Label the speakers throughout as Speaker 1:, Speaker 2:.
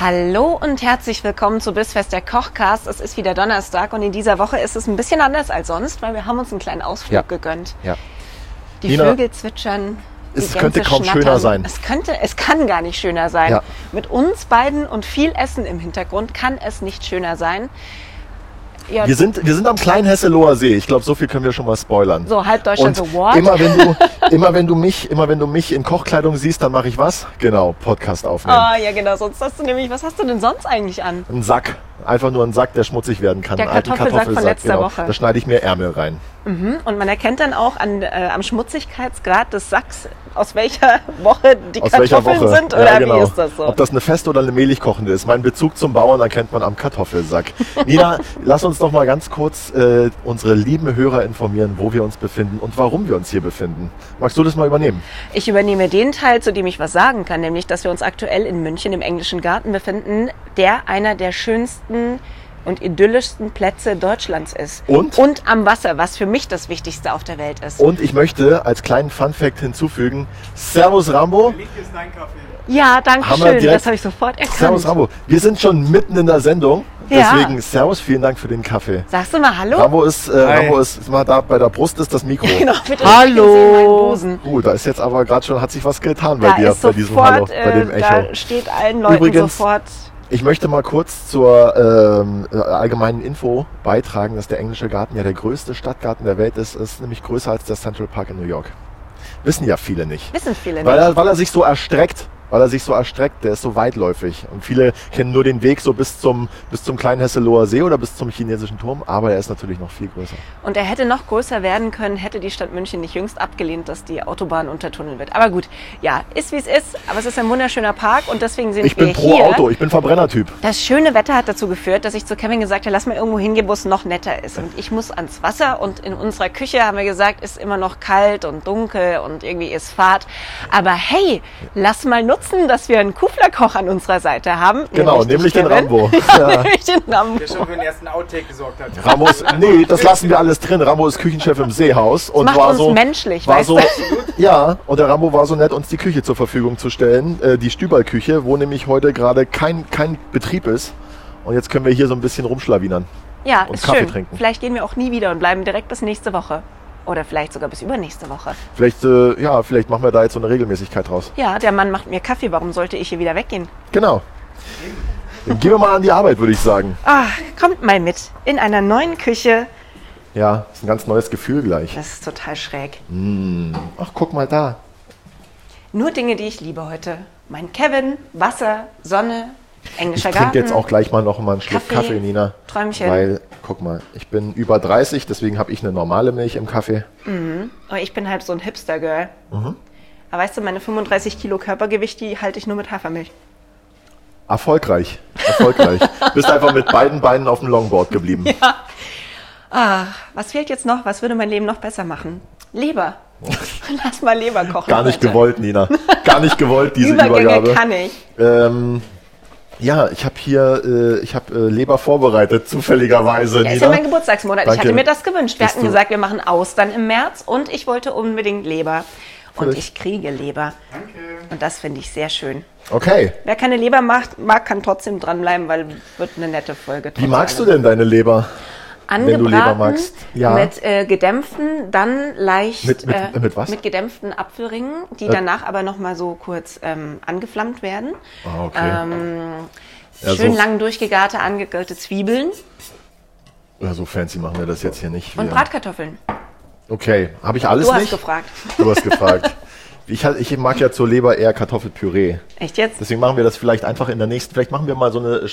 Speaker 1: Hallo und herzlich willkommen zu Bissfest der Kochcast. Es ist wieder Donnerstag und in dieser Woche ist es ein bisschen anders als sonst, weil wir haben uns einen kleinen Ausflug
Speaker 2: Ja.
Speaker 1: gegönnt.
Speaker 2: Ja.
Speaker 1: Die
Speaker 2: Nina,
Speaker 1: Vögel zwitschern. die
Speaker 2: es
Speaker 1: Gänse
Speaker 2: könnte kaum
Speaker 1: schnattern.
Speaker 2: schöner sein.
Speaker 1: Es könnte, es kann gar nicht schöner sein.
Speaker 2: Ja.
Speaker 1: Mit uns beiden und viel Essen im Hintergrund kann es nicht schöner sein. Ja,
Speaker 2: Wir sind, wir sind am kleinen Hesseloher See. Ich glaube, so viel können wir schon mal spoilern.
Speaker 1: So, halb Deutschland
Speaker 2: Und
Speaker 1: so, what?
Speaker 2: Immer wenn du, immer wenn du mich, immer wenn du mich in Kochkleidung siehst, dann mache ich was? Genau, Podcast aufnehmen.
Speaker 1: Ah, ja genau. Sonst hast du nämlich, was hast du denn sonst eigentlich an?
Speaker 2: Ein Sack. Einfach nur ein Sack, der schmutzig werden kann.
Speaker 1: Der
Speaker 2: Einen alten
Speaker 1: Kartoffelsack von letzter
Speaker 2: genau.
Speaker 1: Woche.
Speaker 2: Da schneide ich mir Ärmel rein.
Speaker 1: Mhm. Und man erkennt dann auch an, äh, am Schmutzigkeitsgrad des Sacks, aus welcher Woche die
Speaker 2: Aus welcher
Speaker 1: Kartoffeln
Speaker 2: Woche?
Speaker 1: sind oder
Speaker 2: ja, genau.
Speaker 1: wie ist das so?
Speaker 2: Ob das eine feste oder eine Mehligkochende ist. Mein Bezug zum Bauern erkennt man am Kartoffelsack. Nina, lass uns doch mal ganz kurz äh, unsere lieben Hörer informieren, wo wir uns befinden und warum wir uns hier befinden. Magst du das mal übernehmen?
Speaker 1: Ich übernehme den Teil, zu dem ich was sagen kann, nämlich, dass wir uns aktuell in München im Englischen Garten befinden, der einer der schönsten und idyllischsten Plätze Deutschlands ist.
Speaker 2: Und?
Speaker 1: Und am Wasser, was für mich das Wichtigste auf der Welt ist.
Speaker 2: Und ich möchte als kleinen Fun-Fact hinzufügen: Servus Rambo.
Speaker 1: Ja, danke
Speaker 2: Haben wir
Speaker 1: schön.
Speaker 2: direkt-
Speaker 1: Das habe ich sofort erkannt.
Speaker 2: Servus Rambo. Wir sind schon mitten in der Sendung.
Speaker 1: Ja.
Speaker 2: Deswegen Servus, vielen Dank für den Kaffee.
Speaker 1: Sagst du mal Hallo?
Speaker 2: Rambo ist, äh,
Speaker 3: Hi.
Speaker 2: Rambo ist, ist mal da bei der Brust ist das Mikro.
Speaker 1: Genau, bitte
Speaker 3: Hallo.
Speaker 1: ich sehe meinen Busen.
Speaker 2: Gut, da ist jetzt aber gerade schon, hat sich was getan bei
Speaker 1: Da
Speaker 2: dir,
Speaker 1: ist
Speaker 2: bei
Speaker 1: sofort,
Speaker 2: diesem Hallo, bei dem
Speaker 1: äh,
Speaker 2: Echo.
Speaker 1: da steht allen Leuten
Speaker 2: Übrigens-
Speaker 1: sofort.
Speaker 2: Ich möchte mal kurz zur ähm, äh, allgemeinen Info beitragen, dass der englische Garten ja der größte Stadtgarten der Welt ist. Ist nämlich größer als der Central Park in New York. Wissen ja viele nicht.
Speaker 1: Wissen viele
Speaker 2: Weil
Speaker 1: nicht.
Speaker 2: er, weil er sich so erstreckt. Weil er sich so erstreckt, der ist so weitläufig. Und viele kennen nur den Weg so bis zum, bis zum kleinen Hesseloher See oder bis zum chinesischen Turm, aber er ist natürlich noch viel größer.
Speaker 1: Und er hätte noch größer werden können, hätte die Stadt München nicht jüngst abgelehnt, dass die Autobahn untertunnelt wird. Aber gut, ja, ist wie es ist. Aber es ist ein wunderschöner Park und deswegen sind
Speaker 2: Ich
Speaker 1: wir
Speaker 2: bin pro
Speaker 1: hier.
Speaker 2: Auto, ich bin Verbrennertyp.
Speaker 1: Das schöne Wetter hat dazu geführt, dass ich zu Kevin gesagt habe, lass mal irgendwo hingehen, wo es noch netter ist. Und ich muss ans Wasser und in unserer Küche haben wir gesagt, ist immer noch kalt und dunkel und irgendwie ist Fahrt. Aber hey, lass mal nutzen, dass wir einen Kuflerkoch an unserer Seite haben.
Speaker 2: Genau,
Speaker 1: dich,
Speaker 2: nämlich den
Speaker 1: Kevin.
Speaker 2: Rambo.
Speaker 1: Ja,
Speaker 2: Ja.
Speaker 1: nämlich den Rambo.
Speaker 3: Der schon für den ersten Outtake gesorgt hat.
Speaker 2: Ramos, nee, das lassen wir alles drin. Rambo ist Küchenchef im Seehaus und
Speaker 1: macht
Speaker 2: war
Speaker 1: uns
Speaker 2: so
Speaker 1: menschlich,
Speaker 2: war
Speaker 1: weißt
Speaker 2: so,
Speaker 1: du?
Speaker 2: ja, und der Rambo war so nett, uns die Küche zur Verfügung zu stellen, äh, die Stüberküche, wo nämlich heute gerade kein kein Betrieb ist. Und jetzt können wir hier so ein bisschen rumschlawinern.
Speaker 1: Ja,
Speaker 2: Und
Speaker 1: ist
Speaker 2: Kaffee
Speaker 1: schön.
Speaker 2: trinken.
Speaker 1: Vielleicht gehen wir auch nie wieder und bleiben direkt bis nächste Woche. Oder vielleicht sogar bis übernächste Woche.
Speaker 2: Vielleicht, äh, ja, vielleicht machen wir da jetzt so eine Regelmäßigkeit draus.
Speaker 1: Ja, der Mann macht mir Kaffee. Warum sollte ich hier wieder weggehen?
Speaker 2: Genau. Dann gehen wir mal an die Arbeit, würde ich sagen.
Speaker 1: Ah, kommt mal mit. In einer neuen Küche.
Speaker 2: Ja, ist ein ganz neues Gefühl gleich.
Speaker 1: Das ist total schräg.
Speaker 2: Ach, guck mal da.
Speaker 1: Nur Dinge, die ich liebe heute. Mein Kevin, Wasser, Sonne,
Speaker 2: Ich
Speaker 1: englischer Garten.
Speaker 2: trinke jetzt auch gleich mal noch mal einen Schluck
Speaker 1: Kaffee,
Speaker 2: Kaffee, Nina.
Speaker 1: Träumchen.
Speaker 2: Weil, guck mal, ich bin über 30, deswegen habe ich eine normale Milch im Kaffee.
Speaker 1: Oh, ich bin halt so ein Hipster-Girl.
Speaker 2: Mhm.
Speaker 1: Aber weißt du, meine 35 Kilo Körpergewicht, die halte ich nur mit Hafermilch.
Speaker 2: Erfolgreich, erfolgreich. Bist einfach mit beiden Beinen auf dem Longboard geblieben.
Speaker 1: Ah, Was fehlt jetzt noch? Was würde mein Leben noch besser machen? Leber. Lass mal Leber kochen.
Speaker 2: Oh. Gar nicht
Speaker 1: Leute.
Speaker 2: gewollt, Nina. Gar nicht gewollt, diese
Speaker 1: Übergänge
Speaker 2: Übergabe.
Speaker 1: kann ich.
Speaker 2: Ähm, ja, ich habe hier, äh, ich habe äh, Leber vorbereitet, zufälligerweise,
Speaker 1: Ja, ist ja
Speaker 2: Nina.
Speaker 1: mein Geburtstagsmonat. Ich
Speaker 2: Danke.
Speaker 1: hatte mir das gewünscht. Wir
Speaker 2: Bist
Speaker 1: hatten
Speaker 2: du-
Speaker 1: gesagt, wir machen Austern im März und ich wollte unbedingt Leber. Und
Speaker 2: Völlig.
Speaker 1: ich kriege Leber. Danke. Und das finde ich sehr schön.
Speaker 2: okay.
Speaker 1: Wer keine Leber macht, mag, kann trotzdem dranbleiben, weil wird eine nette Folge.
Speaker 2: Wie magst du denn deine Leber?
Speaker 1: Angebraten
Speaker 2: wenn du Leber magst? Ja.
Speaker 1: mit äh, gedämpften, dann leicht äh,
Speaker 2: Mit- mit- mit was? Äh.
Speaker 1: mit gedämpften Apfelringen, die danach aber noch mal so kurz ähm, angeflammt werden.
Speaker 2: Ah, okay.
Speaker 1: Ähm,
Speaker 2: Ja,
Speaker 1: schön
Speaker 2: so-
Speaker 1: lang durchgegarte, angegarte Zwiebeln
Speaker 2: Ja, so fancy machen wir das jetzt hier nicht.
Speaker 1: und
Speaker 2: Wir-
Speaker 1: Bratkartoffeln.
Speaker 2: Okay, habe ich alles
Speaker 1: Du hast
Speaker 2: nicht?
Speaker 1: gefragt.
Speaker 2: Du hast gefragt. Ich, ha- ich mag ja zur Leber eher Kartoffelpüree.
Speaker 1: Echt jetzt?
Speaker 2: Deswegen machen wir das vielleicht einfach in der nächsten, vielleicht machen wir mal so eine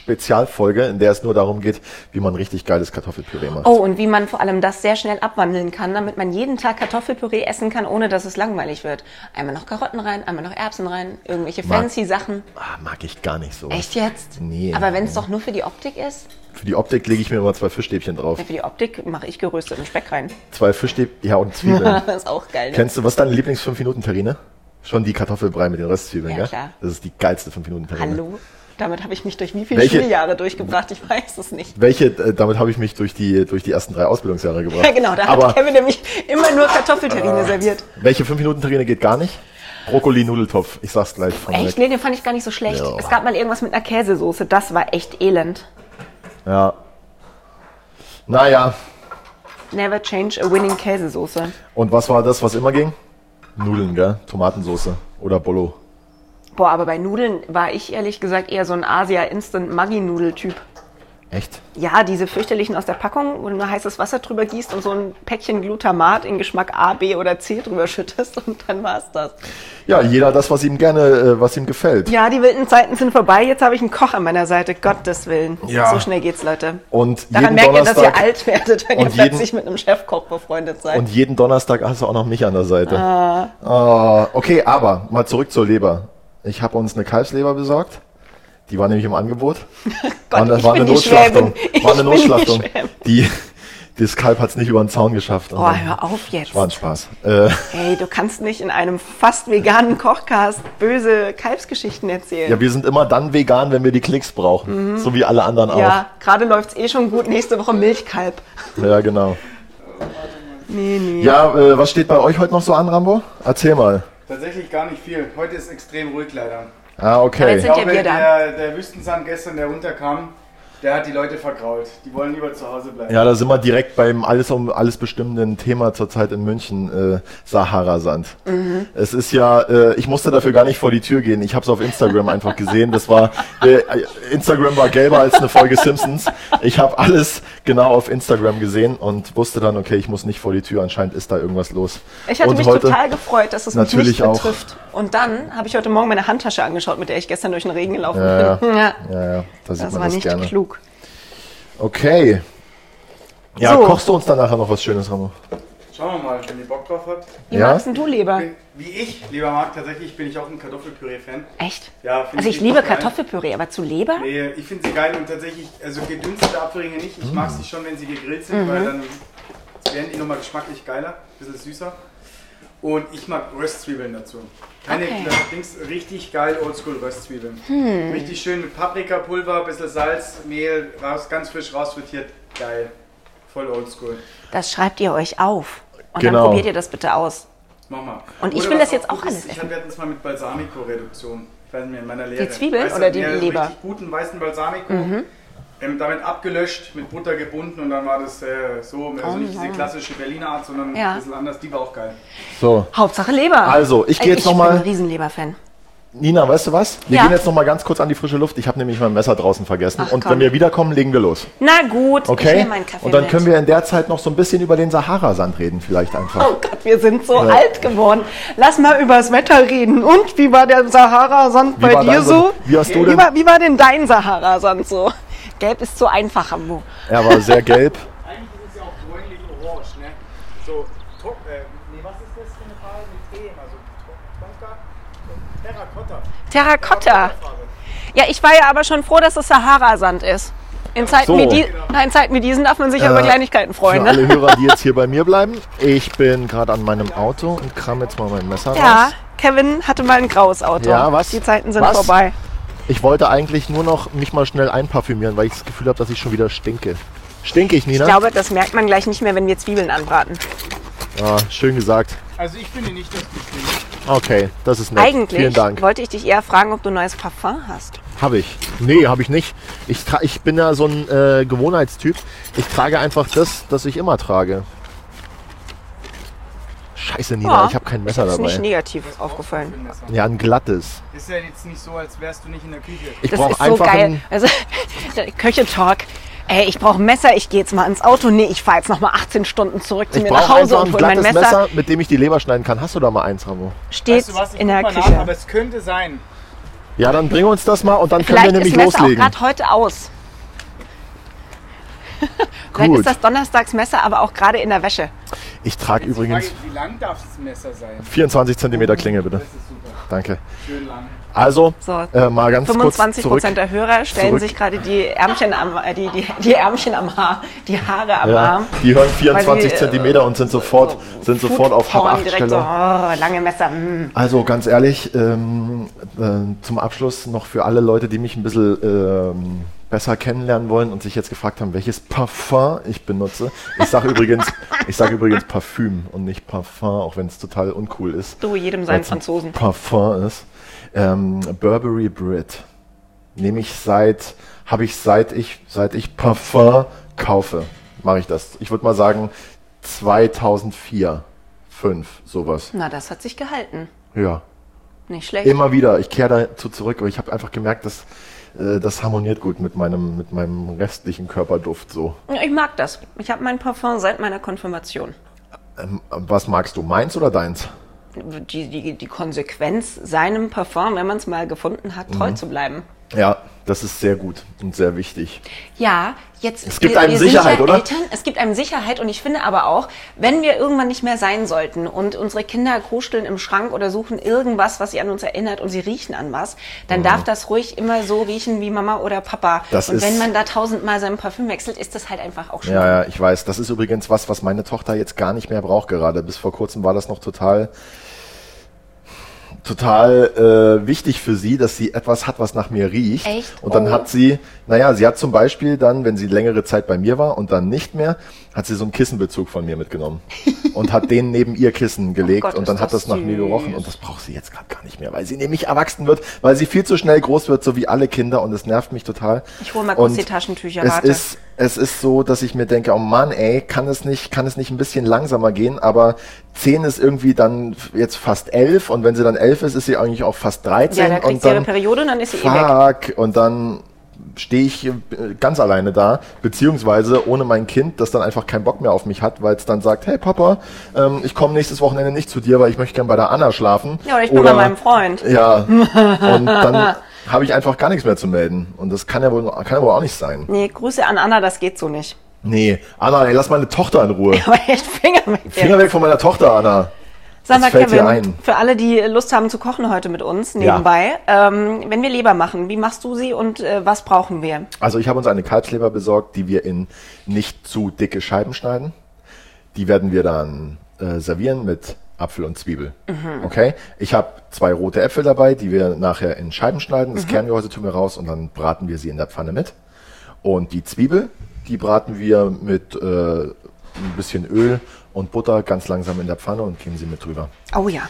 Speaker 2: Spezialfolge, in der es nur darum geht, wie man richtig geiles Kartoffelpüree macht.
Speaker 1: Oh, und wie man vor allem das sehr schnell abwandeln kann, damit man jeden Tag Kartoffelpüree essen kann, ohne dass es langweilig wird. Einmal noch Karotten rein, einmal noch Erbsen rein, irgendwelche
Speaker 2: Mag-
Speaker 1: fancy Sachen.
Speaker 2: Ah, mag ich gar nicht so.
Speaker 1: Echt jetzt?
Speaker 2: Nee.
Speaker 1: Aber wenn es doch nur für die Optik ist?
Speaker 2: Für die Optik lege ich mir immer zwei Fischstäbchen drauf.
Speaker 1: Ja, für die Optik mache ich gerösteten Speck rein.
Speaker 2: Zwei Fischstäbchen, ja und Zwiebeln.
Speaker 1: das ist auch geil. Ne?
Speaker 2: Kennst du, was ist deine Lieblings-5-Minuten-Terrine? Schon die Kartoffelbrei mit den Röstzwiebeln,
Speaker 1: Ja,
Speaker 2: gell?
Speaker 1: klar.
Speaker 2: Das ist die geilste 5-Minuten-Terrine.
Speaker 1: Hallo? Damit habe ich mich durch wie viele
Speaker 2: Welche-
Speaker 1: Schuljahre durchgebracht? Ich weiß es nicht.
Speaker 2: Welche, äh, damit habe ich mich durch die, durch die ersten drei Ausbildungsjahre gebracht.
Speaker 1: Ja, genau, da
Speaker 2: Aber
Speaker 1: hat Kevin nämlich immer nur Kartoffelterrine serviert.
Speaker 2: welche 5-Minuten-Terrine geht gar nicht? Brokkoli-Nudeltopf, ich sag's gleich von
Speaker 1: Echt? Nee, den fand ich gar nicht so schlecht.
Speaker 2: Ja.
Speaker 1: Es gab mal irgendwas mit einer Käsesoße, das war echt elend.
Speaker 2: Ja. Naja,
Speaker 1: Never change a winning Käsesoße.
Speaker 2: und was war das, was immer ging? Nudeln, gell? Tomatensoße oder Bolo.
Speaker 1: Boah, aber bei Nudeln war ich ehrlich gesagt eher so ein Asia-Instant-Maggi-Nudel-Typ.
Speaker 2: Echt?
Speaker 1: Ja, diese fürchterlichen aus der Packung, wo du nur heißes Wasser drüber gießt und so ein Päckchen Glutamat in Geschmack A, B oder C drüber schüttest und dann war's das.
Speaker 2: Ja, jeder das, was ihm gerne, äh, was ihm gefällt.
Speaker 1: Ja, die wilden Zeiten sind vorbei. Jetzt habe ich einen Koch an meiner Seite. Gottes Willen.
Speaker 2: Ja.
Speaker 1: So schnell geht's, Leute.
Speaker 2: Und
Speaker 1: Daran
Speaker 2: jeden
Speaker 1: merkt ihr, dass
Speaker 2: Donnerstag-
Speaker 1: ihr alt werdet, wenn
Speaker 2: und
Speaker 1: ihr
Speaker 2: jeden-
Speaker 1: plötzlich mit einem Chefkoch befreundet seid.
Speaker 2: Und jeden Donnerstag hast du auch noch mich an der Seite. Ah, okay, aber mal zurück zur Leber. Ich habe uns eine Kalbsleber besorgt. Die war nämlich im Angebot.
Speaker 1: Gott,
Speaker 2: Und das
Speaker 1: ich
Speaker 2: war eine
Speaker 1: bin die
Speaker 2: Notschlachtung.
Speaker 1: Schwäbin. Ich
Speaker 2: War eine
Speaker 1: bin die
Speaker 2: Notschlachtung.
Speaker 1: Schwäbin.
Speaker 2: Die, das Kalb hat es nicht über den Zaun geschafft.
Speaker 1: Oh, hör auf jetzt.
Speaker 2: War ein Spaß. Äh,
Speaker 1: Hey, du kannst nicht in einem fast veganen Kochcast böse Kalbsgeschichten erzählen.
Speaker 2: ja, wir sind immer dann vegan, wenn wir die Klicks brauchen. So wie alle anderen
Speaker 1: Mhm. Ja, gerade läuft's eh schon gut. Nächste Woche Milchkalb.
Speaker 2: auch. Ja, genau. Ja, äh, was steht bei euch heute noch so an, Rambo? Erzähl mal.
Speaker 3: Tatsächlich gar nicht viel. Heute ist extrem ruhig leider.
Speaker 2: Ah,
Speaker 1: jetzt
Speaker 2: okay.
Speaker 1: sind- ja wir da.
Speaker 3: der, der Wüstensand gestern, der runterkam, der hat die Leute vergrault. Die wollen lieber zu Hause bleiben.
Speaker 2: Ja, da sind wir direkt beim alles um alles bestimmenden Thema zurzeit in München, äh, Sahara-Sand.
Speaker 1: Mhm.
Speaker 2: Es ist ja, äh, ich musste dafür gar nicht vor die Tür gehen. Ich habe es auf Instagram einfach gesehen. Das war äh, Instagram war gelber als eine Folge Simpsons. Ich habe alles genau auf Instagram gesehen und wusste dann, okay, ich muss nicht vor die Tür. Anscheinend ist da irgendwas los.
Speaker 1: Ich hatte
Speaker 2: und
Speaker 1: mich
Speaker 2: heute,
Speaker 1: total gefreut, dass es mich
Speaker 2: natürlich
Speaker 1: nicht
Speaker 2: auch.
Speaker 1: betrifft. Und dann habe ich heute Morgen meine Handtasche angeschaut, mit der ich gestern durch den Regen gelaufen
Speaker 2: Ja,
Speaker 1: bin. Ja,
Speaker 2: Ja, ja, da sieht
Speaker 1: das
Speaker 2: man
Speaker 1: war
Speaker 2: das
Speaker 1: nicht
Speaker 2: gerne.
Speaker 1: klug.
Speaker 2: Okay. Ja,
Speaker 1: So.
Speaker 2: kochst du uns dann nachher noch was Schönes, Ramo?
Speaker 3: Schauen wir mal, wenn ihr Bock drauf habt.
Speaker 1: Wie
Speaker 2: Ja?
Speaker 1: magst denn du Leber?
Speaker 3: Wie ich, lieber Marc, tatsächlich bin ich auch ein Kartoffelpüree-Fan.
Speaker 1: Echt?
Speaker 3: Ja, finde
Speaker 1: also
Speaker 3: ich
Speaker 1: ich liebe
Speaker 3: total.
Speaker 1: Kartoffelpüree, aber zu Leber?
Speaker 3: Nee, ich finde sie geil und tatsächlich, also gedünstete Apfelringe nicht. Ich mag sie schon, wenn sie gegrillt sind, weil dann werden die nochmal geschmacklich geiler, ein bisschen süßer. Und ich mag Röstzwiebeln dazu. Keine
Speaker 1: Okay.
Speaker 3: okay. Dings, richtig geil Oldschool-Röstzwiebeln. Richtig schön mit Paprikapulver, ein bisschen Salz, Mehl, raus, ganz frisch rausfrittiert. Geil. Voll oldschool.
Speaker 1: Das schreibt ihr euch auf. Und
Speaker 2: Genau.
Speaker 1: dann probiert ihr das bitte aus.
Speaker 3: Mach mal.
Speaker 1: Und ich
Speaker 3: Oder
Speaker 1: will
Speaker 3: was
Speaker 1: das jetzt auch
Speaker 3: gut ist,
Speaker 1: alles
Speaker 3: Ich
Speaker 1: essen.
Speaker 3: hatte letztens mal mit Balsamico-Reduktion. Ich weiß nicht mehr, in meiner Lehre.
Speaker 1: Zwiebeln
Speaker 3: Weißt du,
Speaker 1: oder die
Speaker 3: ja,
Speaker 1: Leber? Mhm.
Speaker 3: Richtig guten weißen Balsamico. Ähm, damit abgelöscht, mit Butter gebunden und dann war das äh, so, also nicht diese klassische Berliner Art, sondern
Speaker 1: Oh, Ja.
Speaker 3: ein bisschen anders. Die war auch geil.
Speaker 2: So.
Speaker 1: Hauptsache Leber.
Speaker 2: Also, ich gehe jetzt
Speaker 1: ich
Speaker 2: noch
Speaker 1: bin
Speaker 2: mal-
Speaker 1: ein Riesenleber-Fan.
Speaker 2: Nina, weißt du was? Wir
Speaker 1: Ja.
Speaker 2: gehen jetzt noch mal ganz kurz an die frische Luft. Ich habe nämlich mein Messer draußen vergessen.
Speaker 1: Ach,
Speaker 2: und
Speaker 1: komm.
Speaker 2: wenn wir wiederkommen, legen wir los.
Speaker 1: Na gut, ich
Speaker 2: Okay?
Speaker 1: nehme meinen Kaffee
Speaker 2: Und dann
Speaker 1: mit.
Speaker 2: können wir in der Zeit noch so ein bisschen über den Sahara-Sand reden, vielleicht einfach.
Speaker 1: Oh Gott, wir sind so
Speaker 2: Ja.
Speaker 1: alt geworden. Lass mal über das Wetter reden. Und wie war der Sahara-Sand
Speaker 2: Wie
Speaker 1: bei
Speaker 2: war
Speaker 1: dir
Speaker 2: dein
Speaker 1: so?
Speaker 2: Sand- wie hast du
Speaker 1: wie,
Speaker 2: denn-
Speaker 1: war, wie war denn dein Sahara-Sand so? Gelb ist zu einfach, Rambo.
Speaker 2: Er war sehr gelb.
Speaker 3: Eigentlich ist es ja auch bräunlich-orange, ne? So, top, äh, nee, was ist das für eine Farbe mit E? Also, Tonka, Terracotta.
Speaker 1: Terrakotta. Ja, ich war ja aber schon froh, dass es Sahara-Sand ist. In Zeiten,
Speaker 2: So. Äh,
Speaker 1: wie die, na, in Zeiten wie diesen darf man sich ja über Kleinigkeiten freuen.
Speaker 2: Für alle
Speaker 1: Ne?
Speaker 2: Hörer, die jetzt hier bei mir bleiben. Ich bin gerade an meinem Auto und kram jetzt mal mein Messer
Speaker 1: Ja,
Speaker 2: raus.
Speaker 1: Kevin hatte mal ein graues Auto.
Speaker 2: Ja, was?
Speaker 1: Die Zeiten sind
Speaker 2: Was?
Speaker 1: vorbei.
Speaker 2: Ich wollte eigentlich nur noch mich mal schnell einparfümieren, weil ich das Gefühl habe, dass ich schon wieder stinke. Stinke ich, Nina?
Speaker 1: Ich glaube, das merkt man gleich nicht mehr, wenn wir Zwiebeln anbraten.
Speaker 2: ja, Ah, schön gesagt.
Speaker 3: Also, ich finde nicht, dass das stinkt.
Speaker 2: Okay, das ist nett.
Speaker 1: Eigentlich
Speaker 2: Vielen Dank.
Speaker 1: wollte ich dich eher fragen, ob du ein neues Parfum hast.
Speaker 2: Habe ich. Nee, habe ich nicht. Ich, tra- ich bin ja so ein äh, Gewohnheitstyp. Ich trage einfach das, das ich immer trage. Scheiße, Nina,
Speaker 1: Ja,
Speaker 2: ich habe kein Messer
Speaker 1: Ist
Speaker 2: dabei.
Speaker 1: nicht negativ aufgefallen.
Speaker 2: ja, ein glattes.
Speaker 3: Ist ja jetzt nicht so, als wärst du nicht in der Küche.
Speaker 2: Ich
Speaker 1: Das
Speaker 2: brauche
Speaker 1: ist so
Speaker 2: einfach
Speaker 1: geil.
Speaker 2: ein...
Speaker 1: Also, Köche-Talk. Ey, ich brauche ein Messer, ich gehe jetzt mal ins Auto. Nee, ich fahre jetzt nochmal 18 Stunden zurück zu
Speaker 2: Ich
Speaker 1: mir nach
Speaker 2: brauche
Speaker 1: Hause
Speaker 2: einfach
Speaker 1: und
Speaker 2: ein
Speaker 1: hol mein
Speaker 2: glattes
Speaker 1: Messer.
Speaker 2: Messer, mit dem ich die Leber schneiden kann. Hast du da mal eins, Ramo?
Speaker 1: Steht
Speaker 3: Weißt du was, ich
Speaker 1: in der
Speaker 3: guck mal
Speaker 1: Küche.
Speaker 3: Nach, aber es könnte sein.
Speaker 2: Ja, dann bring uns das mal und dann können
Speaker 1: Vielleicht
Speaker 2: wir
Speaker 1: ist
Speaker 2: nämlich
Speaker 1: Messer
Speaker 2: loslegen.
Speaker 1: auch gerade heute aus. Vielleicht
Speaker 2: Gut.
Speaker 1: ist das Donnerstagsmesser aber auch gerade in der Wäsche.
Speaker 2: Ich trage
Speaker 3: Jetzt die
Speaker 2: übrigens
Speaker 3: Frage, wie lang darf das Messer sein?
Speaker 2: 24 cm Klinge, bitte.
Speaker 3: Das ist super.
Speaker 2: Danke.
Speaker 3: Schön lang.
Speaker 2: Also,
Speaker 1: So,
Speaker 2: äh, mal ganz kurz
Speaker 1: 25
Speaker 2: zurück.
Speaker 1: Prozent der Hörer stellen
Speaker 2: Zurück.
Speaker 1: sich gerade die Ärmchen am äh, die, die, die Ärmchen am Haar, die Haare am
Speaker 2: Ja,
Speaker 1: Arm.
Speaker 2: die hören 24
Speaker 1: Weil die, äh,
Speaker 2: Zentimeter und sind sofort, sind sofort auf
Speaker 1: Foodporn
Speaker 2: Hab 8
Speaker 1: direkt
Speaker 2: Stelle.
Speaker 1: so, oh, lange Messer. mm.
Speaker 2: Also ganz ehrlich, ähm, äh, zum Abschluss noch für alle Leute, die mich ein bisschen ähm, besser kennenlernen wollen und sich jetzt gefragt haben, welches Parfum ich benutze. Ich sage übrigens, ich sage übrigens Parfüm und nicht Parfum, auch wenn es total uncool ist.
Speaker 1: Du, jedem seinen
Speaker 2: Weil's ein
Speaker 1: Franzosen.
Speaker 2: Parfum ist. Ähm, Burberry Brit nehme ich seit, habe ich seit ich, seit ich Parfum kaufe, mache ich das. Ich würde mal sagen 2004, 5, sowas.
Speaker 1: Na, das hat sich gehalten.
Speaker 2: Ja.
Speaker 1: Nicht schlecht.
Speaker 2: Immer wieder. Ich kehre dazu zurück, aber ich habe einfach gemerkt, dass äh, das harmoniert gut mit meinem, mit meinem restlichen Körperduft so.
Speaker 1: Ich mag das. Ich habe mein Parfum seit meiner Konfirmation.
Speaker 2: Ähm, was magst du? Meins oder deins?
Speaker 1: Die, die, die Konsequenz, seinem Parfum, wenn man es mal gefunden hat, treu
Speaker 2: Mhm.
Speaker 1: zu bleiben.
Speaker 2: Ja, das ist sehr gut und sehr wichtig.
Speaker 1: Ja, jetzt.
Speaker 2: Es gibt einem Sicherheit,
Speaker 1: ja
Speaker 2: oder?
Speaker 1: Eltern, es gibt einem Sicherheit und ich finde aber auch, wenn wir irgendwann nicht mehr sein sollten und unsere Kinder kuscheln im Schrank oder suchen irgendwas, was sie an uns erinnert und sie riechen an was, dann darf das ruhig immer so riechen wie Mama oder Papa.
Speaker 2: Mhm. Das
Speaker 1: und
Speaker 2: ist-
Speaker 1: wenn man da tausendmal sein Parfüm wechselt, ist das halt einfach auch schon.
Speaker 2: Ja, ja, ich weiß. Das ist übrigens was, was meine Tochter jetzt gar nicht mehr braucht gerade. Bis vor kurzem war das noch total, total äh, wichtig für sie, dass sie etwas hat, was nach mir riecht.
Speaker 1: Echt?
Speaker 2: Und dann
Speaker 1: Oh.
Speaker 2: hat sie, naja, sie hat zum Beispiel dann, wenn sie längere Zeit bei mir war und dann nicht mehr, hat sie so einen Kissenbezug von mir mitgenommen und hat den neben ihr Kissen gelegt
Speaker 1: Oh Gott,
Speaker 2: und
Speaker 1: ist
Speaker 2: dann hat
Speaker 1: das
Speaker 2: das nach mir
Speaker 1: süß.
Speaker 2: gerochen und das braucht sie jetzt gerade gar nicht mehr, weil sie nämlich erwachsen wird, weil sie viel zu schnell groß wird, so wie alle Kinder und es nervt mich total.
Speaker 1: Ich hol mal kurz
Speaker 2: Und
Speaker 1: die Taschentücher,
Speaker 2: Es
Speaker 1: warte.
Speaker 2: ist es ist so, dass ich mir denke, oh Mann, ey, kann es nicht, kann es nicht ein bisschen langsamer gehen, aber 10 ist irgendwie dann f- jetzt fast 11 und wenn sie dann 11 ist, ist sie eigentlich auch fast 13
Speaker 1: Ja, da kriegt
Speaker 2: und
Speaker 1: sie ihre
Speaker 2: dann
Speaker 1: Periode und dann ist sie eh weg.
Speaker 2: fuck und dann stehe ich äh, ganz alleine da, beziehungsweise ohne mein Kind, das dann einfach keinen Bock mehr auf mich hat, weil es dann sagt, hey Papa, ähm, ich komme nächstes Wochenende nicht zu dir, weil ich möchte gern bei der Anna schlafen.
Speaker 1: Ja, oder ich bin bei meinem Freund.
Speaker 2: Ja, und dann habe ich einfach gar nichts mehr zu melden und das kann ja wohl, kann ja wohl auch nicht sein.
Speaker 1: Nee, Grüße an Anna, das geht so nicht.
Speaker 2: Nee, Anna, ey, lass meine Tochter in Ruhe.
Speaker 1: Aber echt Finger weg.
Speaker 2: Finger weg von meiner Tochter, Anna.
Speaker 1: Sag mal,
Speaker 2: Das fällt dir
Speaker 1: Kevin,
Speaker 2: ein.
Speaker 1: für alle, die Lust haben zu kochen heute mit uns nebenbei, ähm, wenn wir Leber machen, wie machst du sie und äh, was brauchen wir?
Speaker 2: Also ich habe uns eine Kalbsleber besorgt, die wir in nicht zu dicke Scheiben schneiden. Die werden wir dann äh, servieren mit Apfel und Zwiebel.
Speaker 1: Mhm.
Speaker 2: Okay? Ich habe zwei rote Äpfel dabei, die wir nachher in Scheiben schneiden.
Speaker 1: Mhm.
Speaker 2: Das Kerngehäuse tun wir raus und dann braten wir sie in der Pfanne mit. Und die Zwiebel, die braten wir mit äh, ein bisschen Öl und Butter ganz langsam in der Pfanne und geben sie mit drüber.
Speaker 1: Oh ja,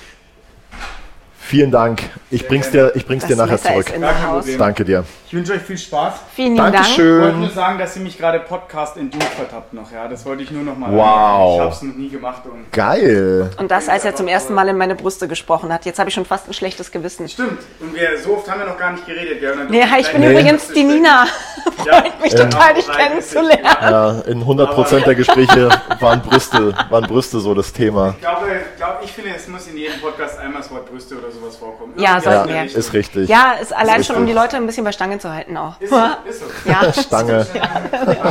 Speaker 2: Vielen Dank. Ich bring's dir, ich bring's
Speaker 1: das
Speaker 2: dir nachher
Speaker 1: Messer
Speaker 2: zurück.
Speaker 1: ist in
Speaker 3: Gar
Speaker 1: der
Speaker 3: kein
Speaker 1: Haus.
Speaker 3: Problem.
Speaker 2: Danke dir.
Speaker 3: Ich wünsche euch viel Spaß.
Speaker 1: Vielen Dank.
Speaker 3: Ich wollte nur
Speaker 2: Dankeschön.
Speaker 3: sagen, dass ihr mich gerade Podcast in Du vertappt noch, ja. Das wollte ich nur noch mal.
Speaker 2: Wow.
Speaker 3: Ich hab's noch nie gemacht und.
Speaker 2: Geil.
Speaker 1: Und das, als er zum ersten Mal in meine Brüste gesprochen hat. Jetzt habe ich schon fast ein schlechtes Gewissen.
Speaker 3: Stimmt. Und wir, so oft haben wir noch gar nicht geredet, gell? Und dann-
Speaker 1: Nee, ich bin
Speaker 3: Nein.
Speaker 1: übrigens die Nina.
Speaker 3: Ja. Oh,
Speaker 1: Mich total, dich kennenzulernen.
Speaker 2: Ja, Äh, in 100% der Gespräche waren Brüste, waren Brüste so das Thema.
Speaker 3: Ich glaube, ich glaube, ich finde, es muss in jedem Podcast einmal das Wort Brüste oder sowas vorkommen.
Speaker 1: Ja,
Speaker 3: Irgendwie
Speaker 2: Ja,
Speaker 1: sollten
Speaker 3: in der
Speaker 1: wir.
Speaker 3: Richtung.
Speaker 2: ist richtig.
Speaker 1: Ja, ist allein schon, um
Speaker 2: richtig.
Speaker 1: die Leute ein bisschen bei Stange zu halten auch.
Speaker 3: Ist so, ist so.
Speaker 1: Ja,
Speaker 2: Stange.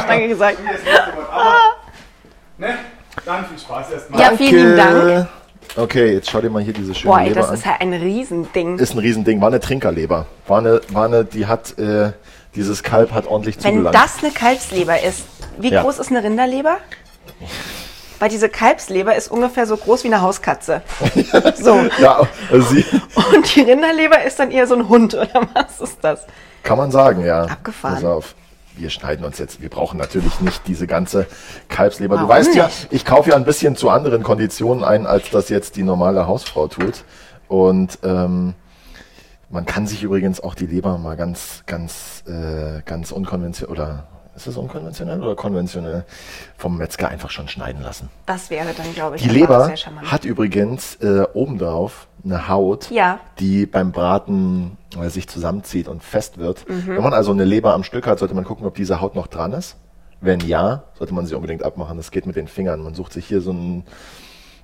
Speaker 1: Stange gesagt.
Speaker 3: Das nächste Wort. Aber, ne? Dann viel Spaß erstmal.
Speaker 1: Ja, vielen Dank.
Speaker 2: Danke. Okay, jetzt schau dir mal hier diese schöne
Speaker 1: Boah, ey,
Speaker 2: Leber
Speaker 1: das
Speaker 2: an.
Speaker 1: ist halt ein Riesending.
Speaker 2: Ist ein Riesending. War eine Trinkerleber. War eine, war eine die hat, äh, dieses Kalb hat ordentlich
Speaker 1: Wenn
Speaker 2: zugelangt.
Speaker 1: das eine Kalbsleber ist, wie
Speaker 2: Ja.
Speaker 1: groß ist eine Rinderleber? Weil diese Kalbsleber ist ungefähr so groß wie eine Hauskatze. So.
Speaker 2: ja, also sie,
Speaker 1: Und die Rinderleber ist dann eher so ein Hund, oder was ist das?
Speaker 2: kann man sagen, ja.
Speaker 1: Abgefahren.
Speaker 2: Pass auf. Wir schneiden uns jetzt, wir brauchen natürlich nicht diese ganze Kalbsleber.
Speaker 1: Warum
Speaker 2: du weißt ja,
Speaker 1: nicht?
Speaker 2: ich kaufe ja ein bisschen zu anderen Konditionen ein, als das jetzt die normale Hausfrau tut. Und ähm, Man kann sich übrigens auch die Leber mal ganz, ganz, äh, ganz unkonventionell oder ist es unkonventionell oder konventionell vom Metzger einfach schon schneiden lassen.
Speaker 1: Das wäre dann, glaube ich,
Speaker 2: Die
Speaker 1: aber
Speaker 2: Leber
Speaker 1: sehr charmant.
Speaker 2: hat übrigens äh, obendrauf eine Haut,
Speaker 1: Ja.
Speaker 2: die beim Braten
Speaker 1: Mhm.
Speaker 2: äh, sich zusammenzieht und fest wird. Wenn man also eine Leber am Stück hat, sollte man gucken, ob diese Haut noch dran ist. Wenn ja, sollte man sie unbedingt abmachen. Das geht mit den Fingern. Man sucht sich hier so, einen,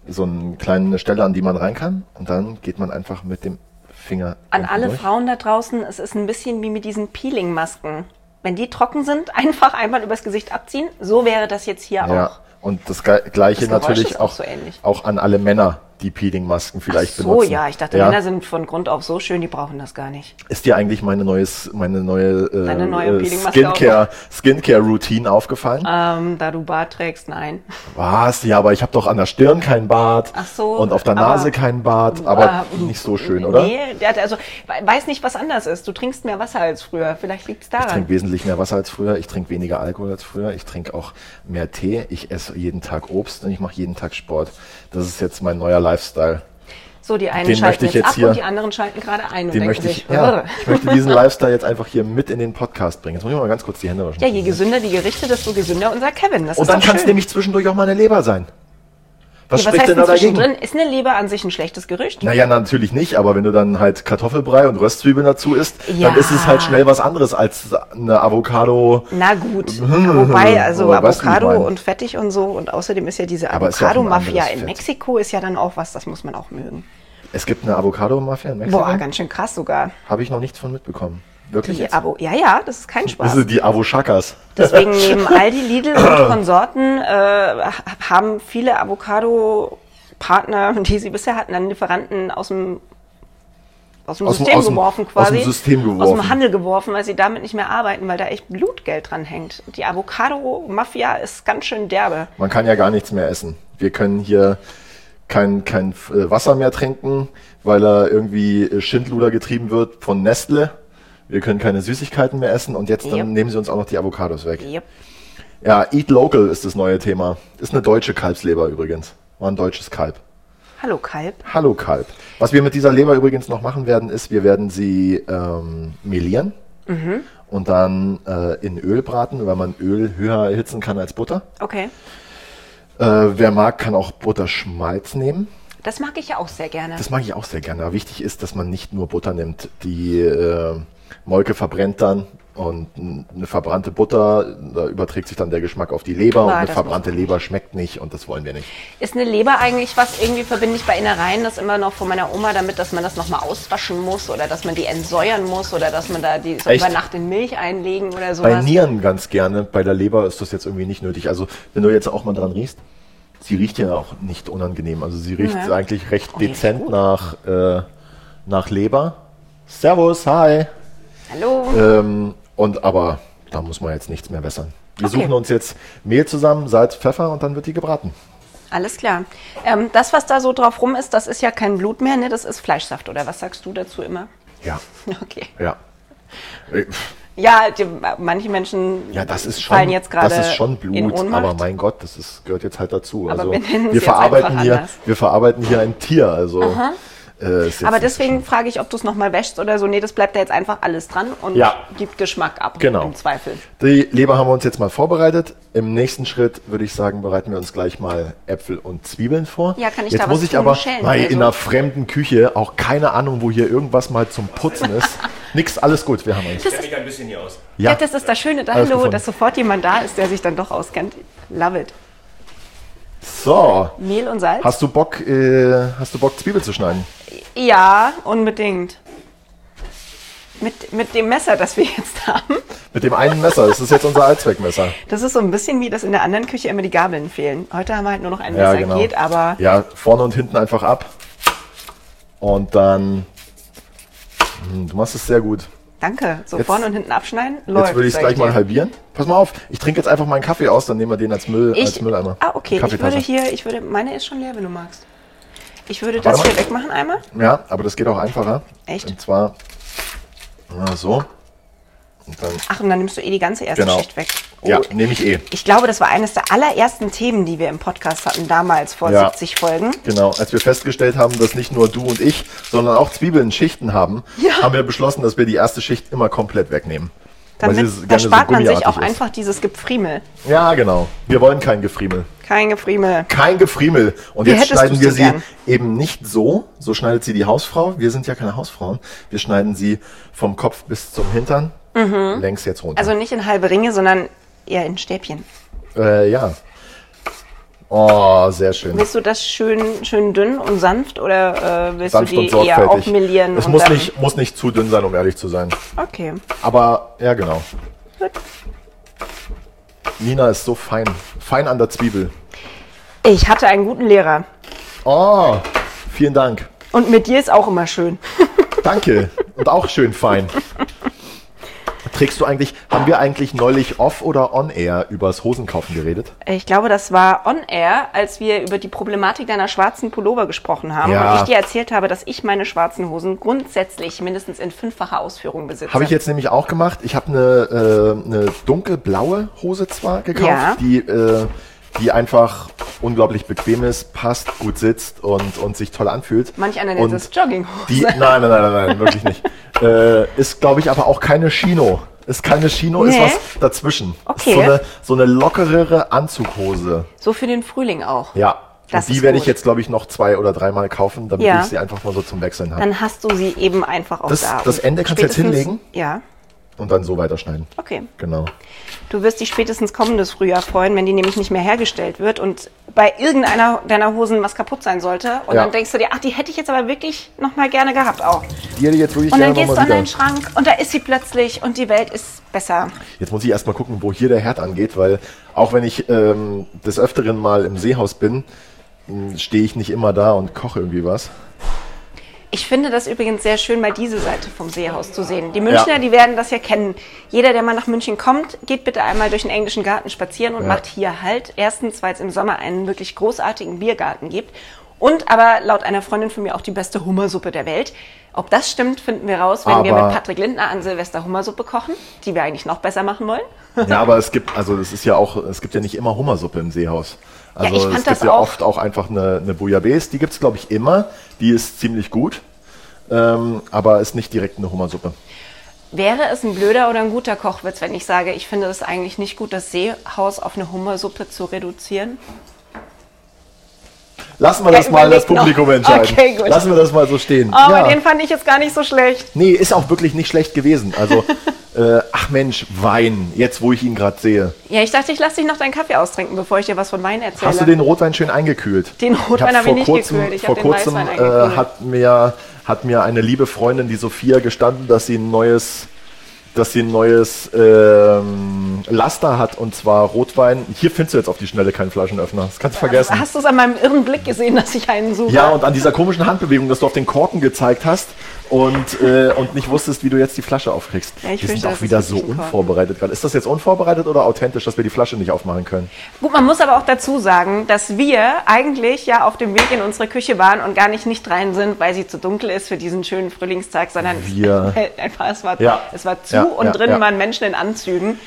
Speaker 2: so eine kleine Stelle, an die man rein kann. Und dann geht man einfach mit dem Finger.
Speaker 1: An
Speaker 2: unten
Speaker 1: alle
Speaker 2: durch.
Speaker 1: Frauen da draußen, es ist ein bisschen wie mit diesen Peeling-Masken. Wenn die trocken sind, einfach einmal übers Gesicht abziehen. So wäre das jetzt hier
Speaker 2: Ja.
Speaker 1: auch.
Speaker 2: Und das Ge- Gleiche
Speaker 1: Das Geräusch
Speaker 2: natürlich
Speaker 1: ist auch
Speaker 2: auch,
Speaker 1: so ähnlich.
Speaker 2: auch an alle Männer, die Peeling-Masken vielleicht
Speaker 1: so,
Speaker 2: benutzen.
Speaker 1: ja, ich dachte, Männer sind von Grund auf so schön, die brauchen das gar nicht.
Speaker 2: Ist dir eigentlich meine, neues, meine neue, äh,
Speaker 1: Deine neue
Speaker 2: äh,
Speaker 1: Peeling-Maske
Speaker 2: Skincare, Skincare-Routine aufgefallen?
Speaker 1: Ähm, da du Bart trägst, nein.
Speaker 2: Was? Ja, aber ich habe doch an der Stirn keinen Bart
Speaker 1: Ach so,
Speaker 2: und auf der
Speaker 1: aber-
Speaker 2: Nase keinen Bart, aber
Speaker 1: Ähm,
Speaker 2: nicht so schön, oder?
Speaker 1: Nee, der hat also we- weiß nicht, was anders ist. Du trinkst mehr Wasser als früher. Vielleicht liegt es
Speaker 2: Ich trinke
Speaker 1: daran.
Speaker 2: wesentlich mehr Wasser als früher, ich trinke weniger Alkohol als früher, ich trinke auch mehr Tee, ich esse jeden Tag Obst und ich mache jeden Tag Sport. Das ist jetzt mein neuer Lifestyle.
Speaker 1: So, die einen
Speaker 2: den
Speaker 1: schalten
Speaker 2: möchte ich
Speaker 1: jetzt,
Speaker 2: jetzt
Speaker 1: ab
Speaker 2: hier-
Speaker 1: und die anderen schalten gerade ein und
Speaker 2: Den
Speaker 1: denken
Speaker 2: möchte
Speaker 1: sich,
Speaker 2: ich, ja,
Speaker 1: "Brr."
Speaker 2: ich möchte diesen Lifestyle jetzt einfach hier mit in den Podcast bringen. Jetzt muss ich mal ganz kurz die Hände waschen.
Speaker 1: ja, je gesünder die Gerichte, desto gesünder unser Kevin. Das
Speaker 2: und
Speaker 1: ist
Speaker 2: dann
Speaker 1: doch
Speaker 2: kann es
Speaker 1: schön.
Speaker 2: nämlich zwischendurch auch mal eine Leber sein. Was
Speaker 1: Ja, was
Speaker 2: spricht
Speaker 1: heißt
Speaker 2: denn
Speaker 1: denn
Speaker 2: da dagegen?
Speaker 1: zwischendrin? Ist eine Leber an sich ein schlechtes Gerücht?
Speaker 2: Naja, natürlich nicht, aber wenn du dann halt Kartoffelbrei und Röstzwiebeln dazu isst,
Speaker 1: Ja.
Speaker 2: dann ist es halt schnell was anderes als eine Avocado.
Speaker 1: Na gut. Wobei, also
Speaker 2: Aber weißt du, wie ich
Speaker 1: Avocado
Speaker 2: meine?
Speaker 1: und fettig und so. Und außerdem ist ja diese
Speaker 2: Aber ist ja auch ein
Speaker 1: Avocado-Mafia
Speaker 2: anderes
Speaker 1: in
Speaker 2: Fett.
Speaker 1: Mexiko ist ja dann auch was, das muss man auch mögen.
Speaker 2: Es gibt eine Avocado-Mafia in Mexiko.
Speaker 1: Boah, ganz schön krass sogar.
Speaker 2: Habe ich noch nichts von mitbekommen. Wirklich
Speaker 1: Die
Speaker 2: jetzt?
Speaker 1: Abo. Ja, ja, das ist kein Spaß.
Speaker 2: Das ist die Avochakas.
Speaker 1: Deswegen neben Aldi, Lidl und Konsorten äh, ha- haben viele Avocado-Partner, die sie bisher hatten, an Lieferanten aus dem aus dem
Speaker 2: Aus dem-
Speaker 1: System
Speaker 2: aus dem-
Speaker 1: geworfen
Speaker 2: aus
Speaker 1: quasi.
Speaker 2: dem System
Speaker 1: Aus
Speaker 2: geworfen.
Speaker 1: dem Handel geworfen, weil sie damit nicht mehr arbeiten, weil da echt Blutgeld dran hängt. Die Avocado-Mafia ist ganz schön derbe.
Speaker 2: Man kann ja gar nichts mehr essen. Wir können hier kein, kein äh, Wasser mehr trinken, weil er irgendwie äh, Schindluder getrieben wird von Nestle. Wir können keine Süßigkeiten mehr essen und jetzt dann
Speaker 1: Yep.
Speaker 2: nehmen sie uns auch noch die Avocados weg.
Speaker 1: Yep.
Speaker 2: Ja, Eat Local ist das neue Thema. Ist eine deutsche Kalbsleber übrigens. War ein deutsches Kalb.
Speaker 1: Hallo Kalb.
Speaker 2: Hallo Kalb. Was wir mit dieser Leber übrigens noch machen werden, ist, wir werden sie ähm, melieren
Speaker 1: Mhm.
Speaker 2: und dann äh, in Öl braten, weil man Öl höher erhitzen kann als Butter.
Speaker 1: Okay.
Speaker 2: Äh, wer mag, kann auch Butterschmalz nehmen.
Speaker 1: Das mag ich ja auch sehr gerne.
Speaker 2: Das mag ich auch sehr gerne. Aber wichtig ist, dass man nicht nur Butter nimmt. Die äh, Molke verbrennt dann und n- eine verbrannte Butter, da überträgt sich dann der Geschmack auf die Leber und
Speaker 1: Klar,
Speaker 2: eine
Speaker 1: das
Speaker 2: verbrannte
Speaker 1: muss man
Speaker 2: Leber schmeckt nicht und das wollen wir nicht.
Speaker 1: Ist eine Leber eigentlich was? Irgendwie verbinde ich bei Innereien das immer noch von meiner Oma damit, dass man das nochmal auswaschen muss oder dass man die entsäuern muss oder dass man da die so
Speaker 2: Echt?
Speaker 1: über Nacht in Milch einlegen oder
Speaker 2: Bei
Speaker 1: sowas.
Speaker 2: Nieren ganz gerne, bei der Leber ist das jetzt irgendwie nicht nötig. Also wenn du jetzt auch mal dran riechst, sie riecht ja auch nicht unangenehm. Also sie riecht
Speaker 1: Mhm.
Speaker 2: eigentlich recht
Speaker 1: Oh, die riecht
Speaker 2: dezent
Speaker 1: gut.
Speaker 2: nach, äh, nach Leber. Servus, hi.
Speaker 1: Hallo?
Speaker 2: Ähm, und aber da muss man jetzt nichts mehr wässern. Wir
Speaker 1: Okay.
Speaker 2: suchen uns jetzt Mehl zusammen, Salz, Pfeffer und dann wird die gebraten.
Speaker 1: Alles klar. Ähm, das, was da so drauf rum ist, das ist ja kein Blut mehr, ne? Das ist Fleischsaft, oder was sagst du dazu immer?
Speaker 2: Ja,
Speaker 1: Okay.
Speaker 2: ja. Äh, pff,
Speaker 1: Ja, die, manche Menschen
Speaker 2: Ja, das ist schon,
Speaker 1: fallen jetzt gerade
Speaker 2: das ist schon
Speaker 1: in
Speaker 2: Blut,
Speaker 1: Ohnmacht.
Speaker 2: aber mein Gott, das ist, gehört jetzt halt dazu.
Speaker 1: Aber
Speaker 2: also,
Speaker 1: wir nennen's jetzt
Speaker 2: verarbeiten
Speaker 1: einfach
Speaker 2: hier,
Speaker 1: anders.
Speaker 2: wir verarbeiten hier ein Tier, also. äh, ist jetzt
Speaker 1: aber
Speaker 2: nicht so
Speaker 1: deswegen
Speaker 2: schlimm.
Speaker 1: frage ich, ob du es nochmal wäschst oder so. Nee, das bleibt da jetzt einfach alles dran und
Speaker 2: Ja.
Speaker 1: gibt Geschmack ab.
Speaker 2: Genau.
Speaker 1: Im Zweifel.
Speaker 2: Die Leber haben wir uns jetzt mal vorbereitet. Im nächsten Schritt würde ich sagen, bereiten wir uns gleich mal Äpfel und Zwiebeln vor.
Speaker 1: Ja, kann ich
Speaker 2: jetzt
Speaker 1: da was
Speaker 2: muss ich
Speaker 1: tun?
Speaker 2: aber
Speaker 1: Schälen,
Speaker 2: weil
Speaker 1: also.
Speaker 2: in einer fremden Küche auch keine Ahnung, wo hier irgendwas mal zum Putzen ist. Nix, alles gut, wir haben uns.
Speaker 4: kenne mich ein bisschen hier aus.
Speaker 1: Ja, das ist das Schöne
Speaker 2: Alles
Speaker 1: daran,
Speaker 2: gefunden.
Speaker 1: dass sofort jemand da ist, der sich dann doch auskennt. Love it.
Speaker 2: So,
Speaker 1: Mehl und Salz?
Speaker 2: hast du Bock, äh, hast du Bock Zwiebel zu schneiden?
Speaker 1: ja, unbedingt. Mit, mit dem Messer, das wir jetzt haben.
Speaker 2: Mit dem einen Messer, das ist jetzt unser Allzweckmesser.
Speaker 1: Das ist so ein bisschen wie, dass in der anderen Küche immer die Gabeln fehlen. Heute haben wir halt nur noch ein Messer, geht aber.
Speaker 2: genau. Ja, vorne und hinten einfach ab. Und dann. Hm, Du machst es sehr gut.
Speaker 1: Danke. So
Speaker 2: Jetzt-
Speaker 1: vorne und hinten abschneiden. Läuft,
Speaker 2: jetzt würde ich es
Speaker 1: sag
Speaker 2: gleich mal halt
Speaker 1: dir.
Speaker 2: halbieren. Pass mal auf, ich trinke jetzt einfach meinen Kaffee aus, dann nehmen wir den als, Müll, als
Speaker 1: Ich,
Speaker 2: Mülleimer.
Speaker 1: ah, okay. Ich
Speaker 2: Kaffeetasse.
Speaker 1: würde hier, ich würde, meine ist schon leer, wenn du magst. Ich würde das
Speaker 2: Warte
Speaker 1: hier
Speaker 2: mal.
Speaker 1: wegmachen einmal.
Speaker 2: Ja, aber das geht auch einfacher.
Speaker 1: Echt?
Speaker 2: Und zwar ja, so. Und dann,
Speaker 1: Ach, und dann nimmst du eh die ganze erste
Speaker 2: Genau.
Speaker 1: Schicht weg.
Speaker 2: ja, nehme ich eh.
Speaker 1: Ich glaube, das war eines der allerersten Themen, die wir im Podcast hatten, damals vor
Speaker 2: Ja.
Speaker 1: 70 Folgen.
Speaker 2: Genau, als wir festgestellt haben, dass nicht nur du und ich, sondern auch Zwiebeln Schichten haben,
Speaker 1: Ja.
Speaker 2: haben wir beschlossen, dass wir die erste Schicht immer komplett wegnehmen.
Speaker 1: Damit,
Speaker 2: Weil sie
Speaker 1: da
Speaker 2: so
Speaker 1: spart man sich
Speaker 2: gummiartig
Speaker 1: auch
Speaker 2: ist.
Speaker 1: einfach dieses Gefriemel.
Speaker 2: Ja, genau. Wir wollen kein Gefriemel.
Speaker 1: Kein Gefriemel.
Speaker 2: Kein Gefriemel. Und
Speaker 1: Wie
Speaker 2: jetzt
Speaker 1: hättest
Speaker 2: schneiden
Speaker 1: du's
Speaker 2: wir
Speaker 1: denn
Speaker 2: sie
Speaker 1: gern?
Speaker 2: eben nicht so. So schneidet sie die Hausfrau. Wir sind ja keine Hausfrauen. Wir
Speaker 1: Mhm.
Speaker 2: schneiden sie vom Kopf bis zum Hintern. Längs jetzt runter.
Speaker 1: Also nicht in halbe Ringe, sondern eher in Stäbchen.
Speaker 2: Äh, ja. Oh, sehr schön.
Speaker 1: Willst du das schön, schön dünn und sanft oder äh, willst
Speaker 2: Sanft
Speaker 1: du
Speaker 2: und
Speaker 1: die eher
Speaker 2: sorgfältig.
Speaker 1: aufmelieren?
Speaker 2: Es
Speaker 1: und
Speaker 2: muss
Speaker 1: dann-
Speaker 2: nicht, muss nicht zu dünn sein, um ehrlich zu sein.
Speaker 1: Okay.
Speaker 2: Aber, ja, genau.
Speaker 1: Gut.
Speaker 2: Nina ist so fein. Fein an der Zwiebel.
Speaker 1: Ich hatte einen guten Lehrer.
Speaker 2: Oh, vielen Dank.
Speaker 1: Und mit dir ist auch immer schön.
Speaker 2: Danke. Und auch schön fein. Trägst du eigentlich, haben wir eigentlich neulich off oder on air übers Hosenkaufen geredet?
Speaker 1: Äh, Ich glaube, das war on air, als wir über die Problematik deiner schwarzen Pullover gesprochen haben
Speaker 2: Ja.
Speaker 1: und ich dir erzählt habe, dass ich meine schwarzen Hosen grundsätzlich mindestens in fünffacher Ausführung besitze.
Speaker 2: Habe ich jetzt nämlich auch gemacht. Ich habe eine, äh, eine dunkelblaue Hose zwar gekauft,
Speaker 1: Ja.
Speaker 2: die, äh, die einfach unglaublich bequem ist, passt, gut sitzt und, und sich toll anfühlt.
Speaker 1: Manch einer nennt
Speaker 2: und
Speaker 1: es Jogginghose.
Speaker 2: Die, nein, nein, nein, nein, nein, wirklich nicht. Äh, ist, glaube ich, aber auch keine Chino. Ist keine Chino, ist
Speaker 1: Nee.
Speaker 2: was dazwischen.
Speaker 1: Okay.
Speaker 2: Ist so eine, so eine lockerere Anzughose.
Speaker 1: so für den Frühling auch.
Speaker 2: Ja.
Speaker 1: Das ist
Speaker 2: und die werde ich
Speaker 1: gut.
Speaker 2: jetzt, glaube ich, noch zwei oder dreimal kaufen, damit
Speaker 1: Ja.
Speaker 2: ich sie einfach mal so zum Wechseln habe.
Speaker 1: Dann hast du sie eben einfach auch
Speaker 2: Das-
Speaker 1: da.
Speaker 2: das
Speaker 1: Und
Speaker 2: Ende kannst du jetzt
Speaker 1: spätestens-
Speaker 2: hinlegen?
Speaker 1: Ja.
Speaker 2: Und dann so weiterschneiden.
Speaker 1: Okay.
Speaker 2: Genau.
Speaker 1: Du wirst dich spätestens kommendes Frühjahr freuen, wenn die nämlich nicht mehr hergestellt wird und bei irgendeiner deiner Hosen was kaputt sein sollte. Und
Speaker 2: Ja.
Speaker 1: dann denkst du dir, ach, die hätte ich jetzt aber wirklich nochmal gerne gehabt auch.
Speaker 2: Die hätte ich jetzt wirklich
Speaker 1: Und
Speaker 2: gerne
Speaker 1: dann gehst du
Speaker 2: nochmal
Speaker 1: an
Speaker 2: wieder.
Speaker 1: deinen Schrank und da ist sie plötzlich und die Welt ist besser.
Speaker 2: Jetzt muss ich erstmal gucken, wo hier der Herd angeht, weil auch wenn ich ähm, des Öfteren mal im Seehaus bin, mh, stehe ich nicht immer da und koche irgendwie was.
Speaker 1: Ich finde das übrigens sehr schön, mal diese Seite vom Seehaus zu sehen. Die Münchner,
Speaker 2: Ja.
Speaker 1: die werden das ja kennen. Jeder, der mal nach München kommt, geht bitte einmal durch den englischen Garten spazieren und
Speaker 2: Ja.
Speaker 1: macht hier Halt. Erstens, weil es im Sommer einen wirklich großartigen Biergarten gibt. Und aber laut einer Freundin von mir auch die beste Hummersuppe der Welt. Ob das stimmt, finden wir raus, wenn wir
Speaker 2: Aber-
Speaker 1: mit Patrick Lindner an Silvester Hummersuppe kochen, die wir eigentlich noch besser machen wollen.
Speaker 2: Ja, aber es gibt, also es ist ja auch, es gibt ja nicht immer Hummersuppe im Seehaus. Also
Speaker 1: ich fand
Speaker 2: es
Speaker 1: das
Speaker 2: gibt ja
Speaker 1: auch-
Speaker 2: oft auch einfach eine, eine Bouillabaisse, die gibt's glaube ich immer, die ist ziemlich gut, ähm, aber ist nicht direkt eine Hummersuppe.
Speaker 1: Wäre es ein blöder oder ein guter Kochwitz, wenn ich sage, ich finde es eigentlich nicht gut, das Seehaus auf eine Hummersuppe zu reduzieren?
Speaker 2: Lassen wir
Speaker 1: Ja,
Speaker 2: das mal das
Speaker 1: überlegt noch.
Speaker 2: Publikum entscheiden.
Speaker 1: Okay, gut.
Speaker 2: Lassen wir das mal so stehen.
Speaker 1: Oh,
Speaker 2: Ja.
Speaker 1: den fand ich jetzt gar nicht so schlecht.
Speaker 2: Nee, ist auch wirklich nicht schlecht gewesen. Also, äh, ach Mensch, Wein, jetzt wo ich ihn gerade sehe.
Speaker 1: Ja, ich dachte, ich lasse dich noch deinen Kaffee austrinken, bevor ich dir was von Wein erzähle.
Speaker 2: Hast du den Rotwein schön eingekühlt?
Speaker 1: Den Rotwein
Speaker 2: Ich hab
Speaker 1: hab ich
Speaker 2: vor
Speaker 1: nicht
Speaker 2: kurzem,
Speaker 1: gekühlt, ich hab
Speaker 2: vor
Speaker 1: den
Speaker 2: kurzem
Speaker 1: Weißwein
Speaker 2: äh,
Speaker 1: eingekühlt.
Speaker 2: hat, mir, hat mir eine liebe Freundin, die Sophia, gestanden, dass sie ein neues, dass sie ein neues ähm, Laster hat und zwar Rotwein. Hier findest du jetzt auf die Schnelle keinen Flaschenöffner. Das kannst du vergessen.
Speaker 1: Hast du es an meinem irren Blick gesehen, dass ich einen suche?
Speaker 2: Ja, und an dieser komischen Handbewegung, dass du auf den Korken gezeigt hast und, äh, und nicht wusstest, wie du jetzt die Flasche aufkriegst.
Speaker 1: Ja, ich
Speaker 2: wir
Speaker 1: fürchte,
Speaker 2: sind
Speaker 1: das
Speaker 2: auch
Speaker 1: ist
Speaker 2: wieder so
Speaker 1: wirklich ein Korken.
Speaker 2: unvorbereitet gerade. Ist das jetzt unvorbereitet oder authentisch, dass wir die Flasche nicht aufmachen können?
Speaker 1: Gut, man muss aber auch dazu sagen, dass wir eigentlich ja auf dem Weg in unsere Küche waren und gar nicht nicht rein sind, weil sie zu dunkel ist für diesen schönen Frühlingstag, sondern es-
Speaker 2: Wir-
Speaker 1: einfach, es, war,
Speaker 2: Ja.
Speaker 1: es war zu
Speaker 2: Ja,
Speaker 1: und
Speaker 2: ja,
Speaker 1: drin
Speaker 2: ja.
Speaker 1: waren Menschen in Anzügen.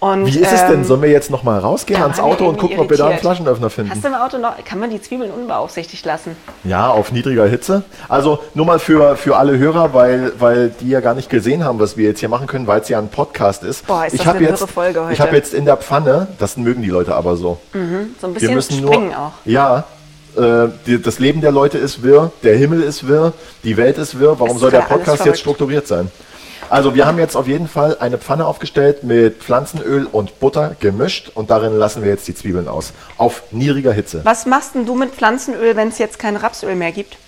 Speaker 1: Und,
Speaker 2: Wie ist es denn?
Speaker 1: ähm,
Speaker 2: Sollen wir jetzt nochmal rausgehen
Speaker 1: da
Speaker 2: ans
Speaker 1: waren wir
Speaker 2: Auto und
Speaker 1: irgendwie
Speaker 2: gucken, ob wir da einen
Speaker 1: irritiert.
Speaker 2: Flaschenöffner finden?
Speaker 1: Hast du im Auto noch, kann man die Zwiebeln unbeaufsichtigt lassen?
Speaker 2: Ja, auf niedriger Hitze. Also nur mal für, für alle Hörer, weil, weil die ja gar nicht gesehen haben, was wir jetzt hier machen können, weil es ja ein Podcast ist.
Speaker 1: Boah, ist
Speaker 2: ich
Speaker 1: das
Speaker 2: hab
Speaker 1: eine
Speaker 2: jetzt,
Speaker 1: wirre Folge heute.
Speaker 2: Ich habe jetzt in der Pfanne, das mögen die Leute aber so.
Speaker 1: So ein
Speaker 2: Wir
Speaker 1: bisschen
Speaker 2: müssen
Speaker 1: springen
Speaker 2: nur,
Speaker 1: auch.
Speaker 2: Ja, äh, die, das Leben der Leute ist wirr, der Himmel ist wirr, die Welt ist wirr. Warum
Speaker 1: Es
Speaker 2: soll der
Speaker 1: ist ja alles
Speaker 2: Podcast
Speaker 1: verrückt.
Speaker 2: jetzt strukturiert sein? Also wir haben jetzt auf jeden Fall eine Pfanne aufgestellt mit Pflanzenöl und Butter gemischt und darin lassen wir jetzt die Zwiebeln aus. Auf niedriger Hitze.
Speaker 1: Was machst denn du mit Pflanzenöl, wenn es jetzt kein Rapsöl mehr gibt?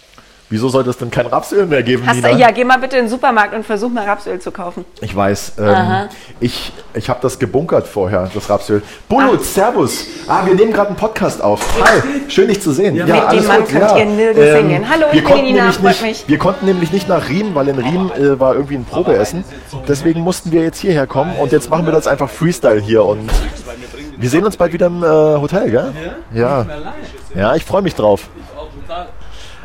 Speaker 2: Wieso sollte es denn kein Rapsöl mehr geben,
Speaker 1: Hast du,
Speaker 2: Nina?
Speaker 1: ja, geh mal bitte in den Supermarkt und versuch mal Rapsöl zu kaufen.
Speaker 2: Ich weiß, ähm, ich, ich habe das gebunkert vorher, das Rapsöl. Bulut, Servus. Ah, wir nehmen gerade einen Podcast auf. Hi, schön dich zu sehen. Ja, Ähm,
Speaker 1: Mit dem Mann könnt ihr nirgends hingehen. Hallo, ich
Speaker 2: wir
Speaker 1: bin
Speaker 2: konnten
Speaker 1: Nina,
Speaker 2: nämlich
Speaker 1: freut
Speaker 2: nicht,
Speaker 1: mich.
Speaker 2: Wir konnten nämlich nicht nach Riem, weil in Riem äh, war irgendwie ein Probeessen. Deswegen mussten wir jetzt hierher kommen und jetzt machen wir das einfach Freestyle hier. Und wir sehen uns bald wieder im äh, Hotel, gell? Ja. Ja, ich freue mich drauf.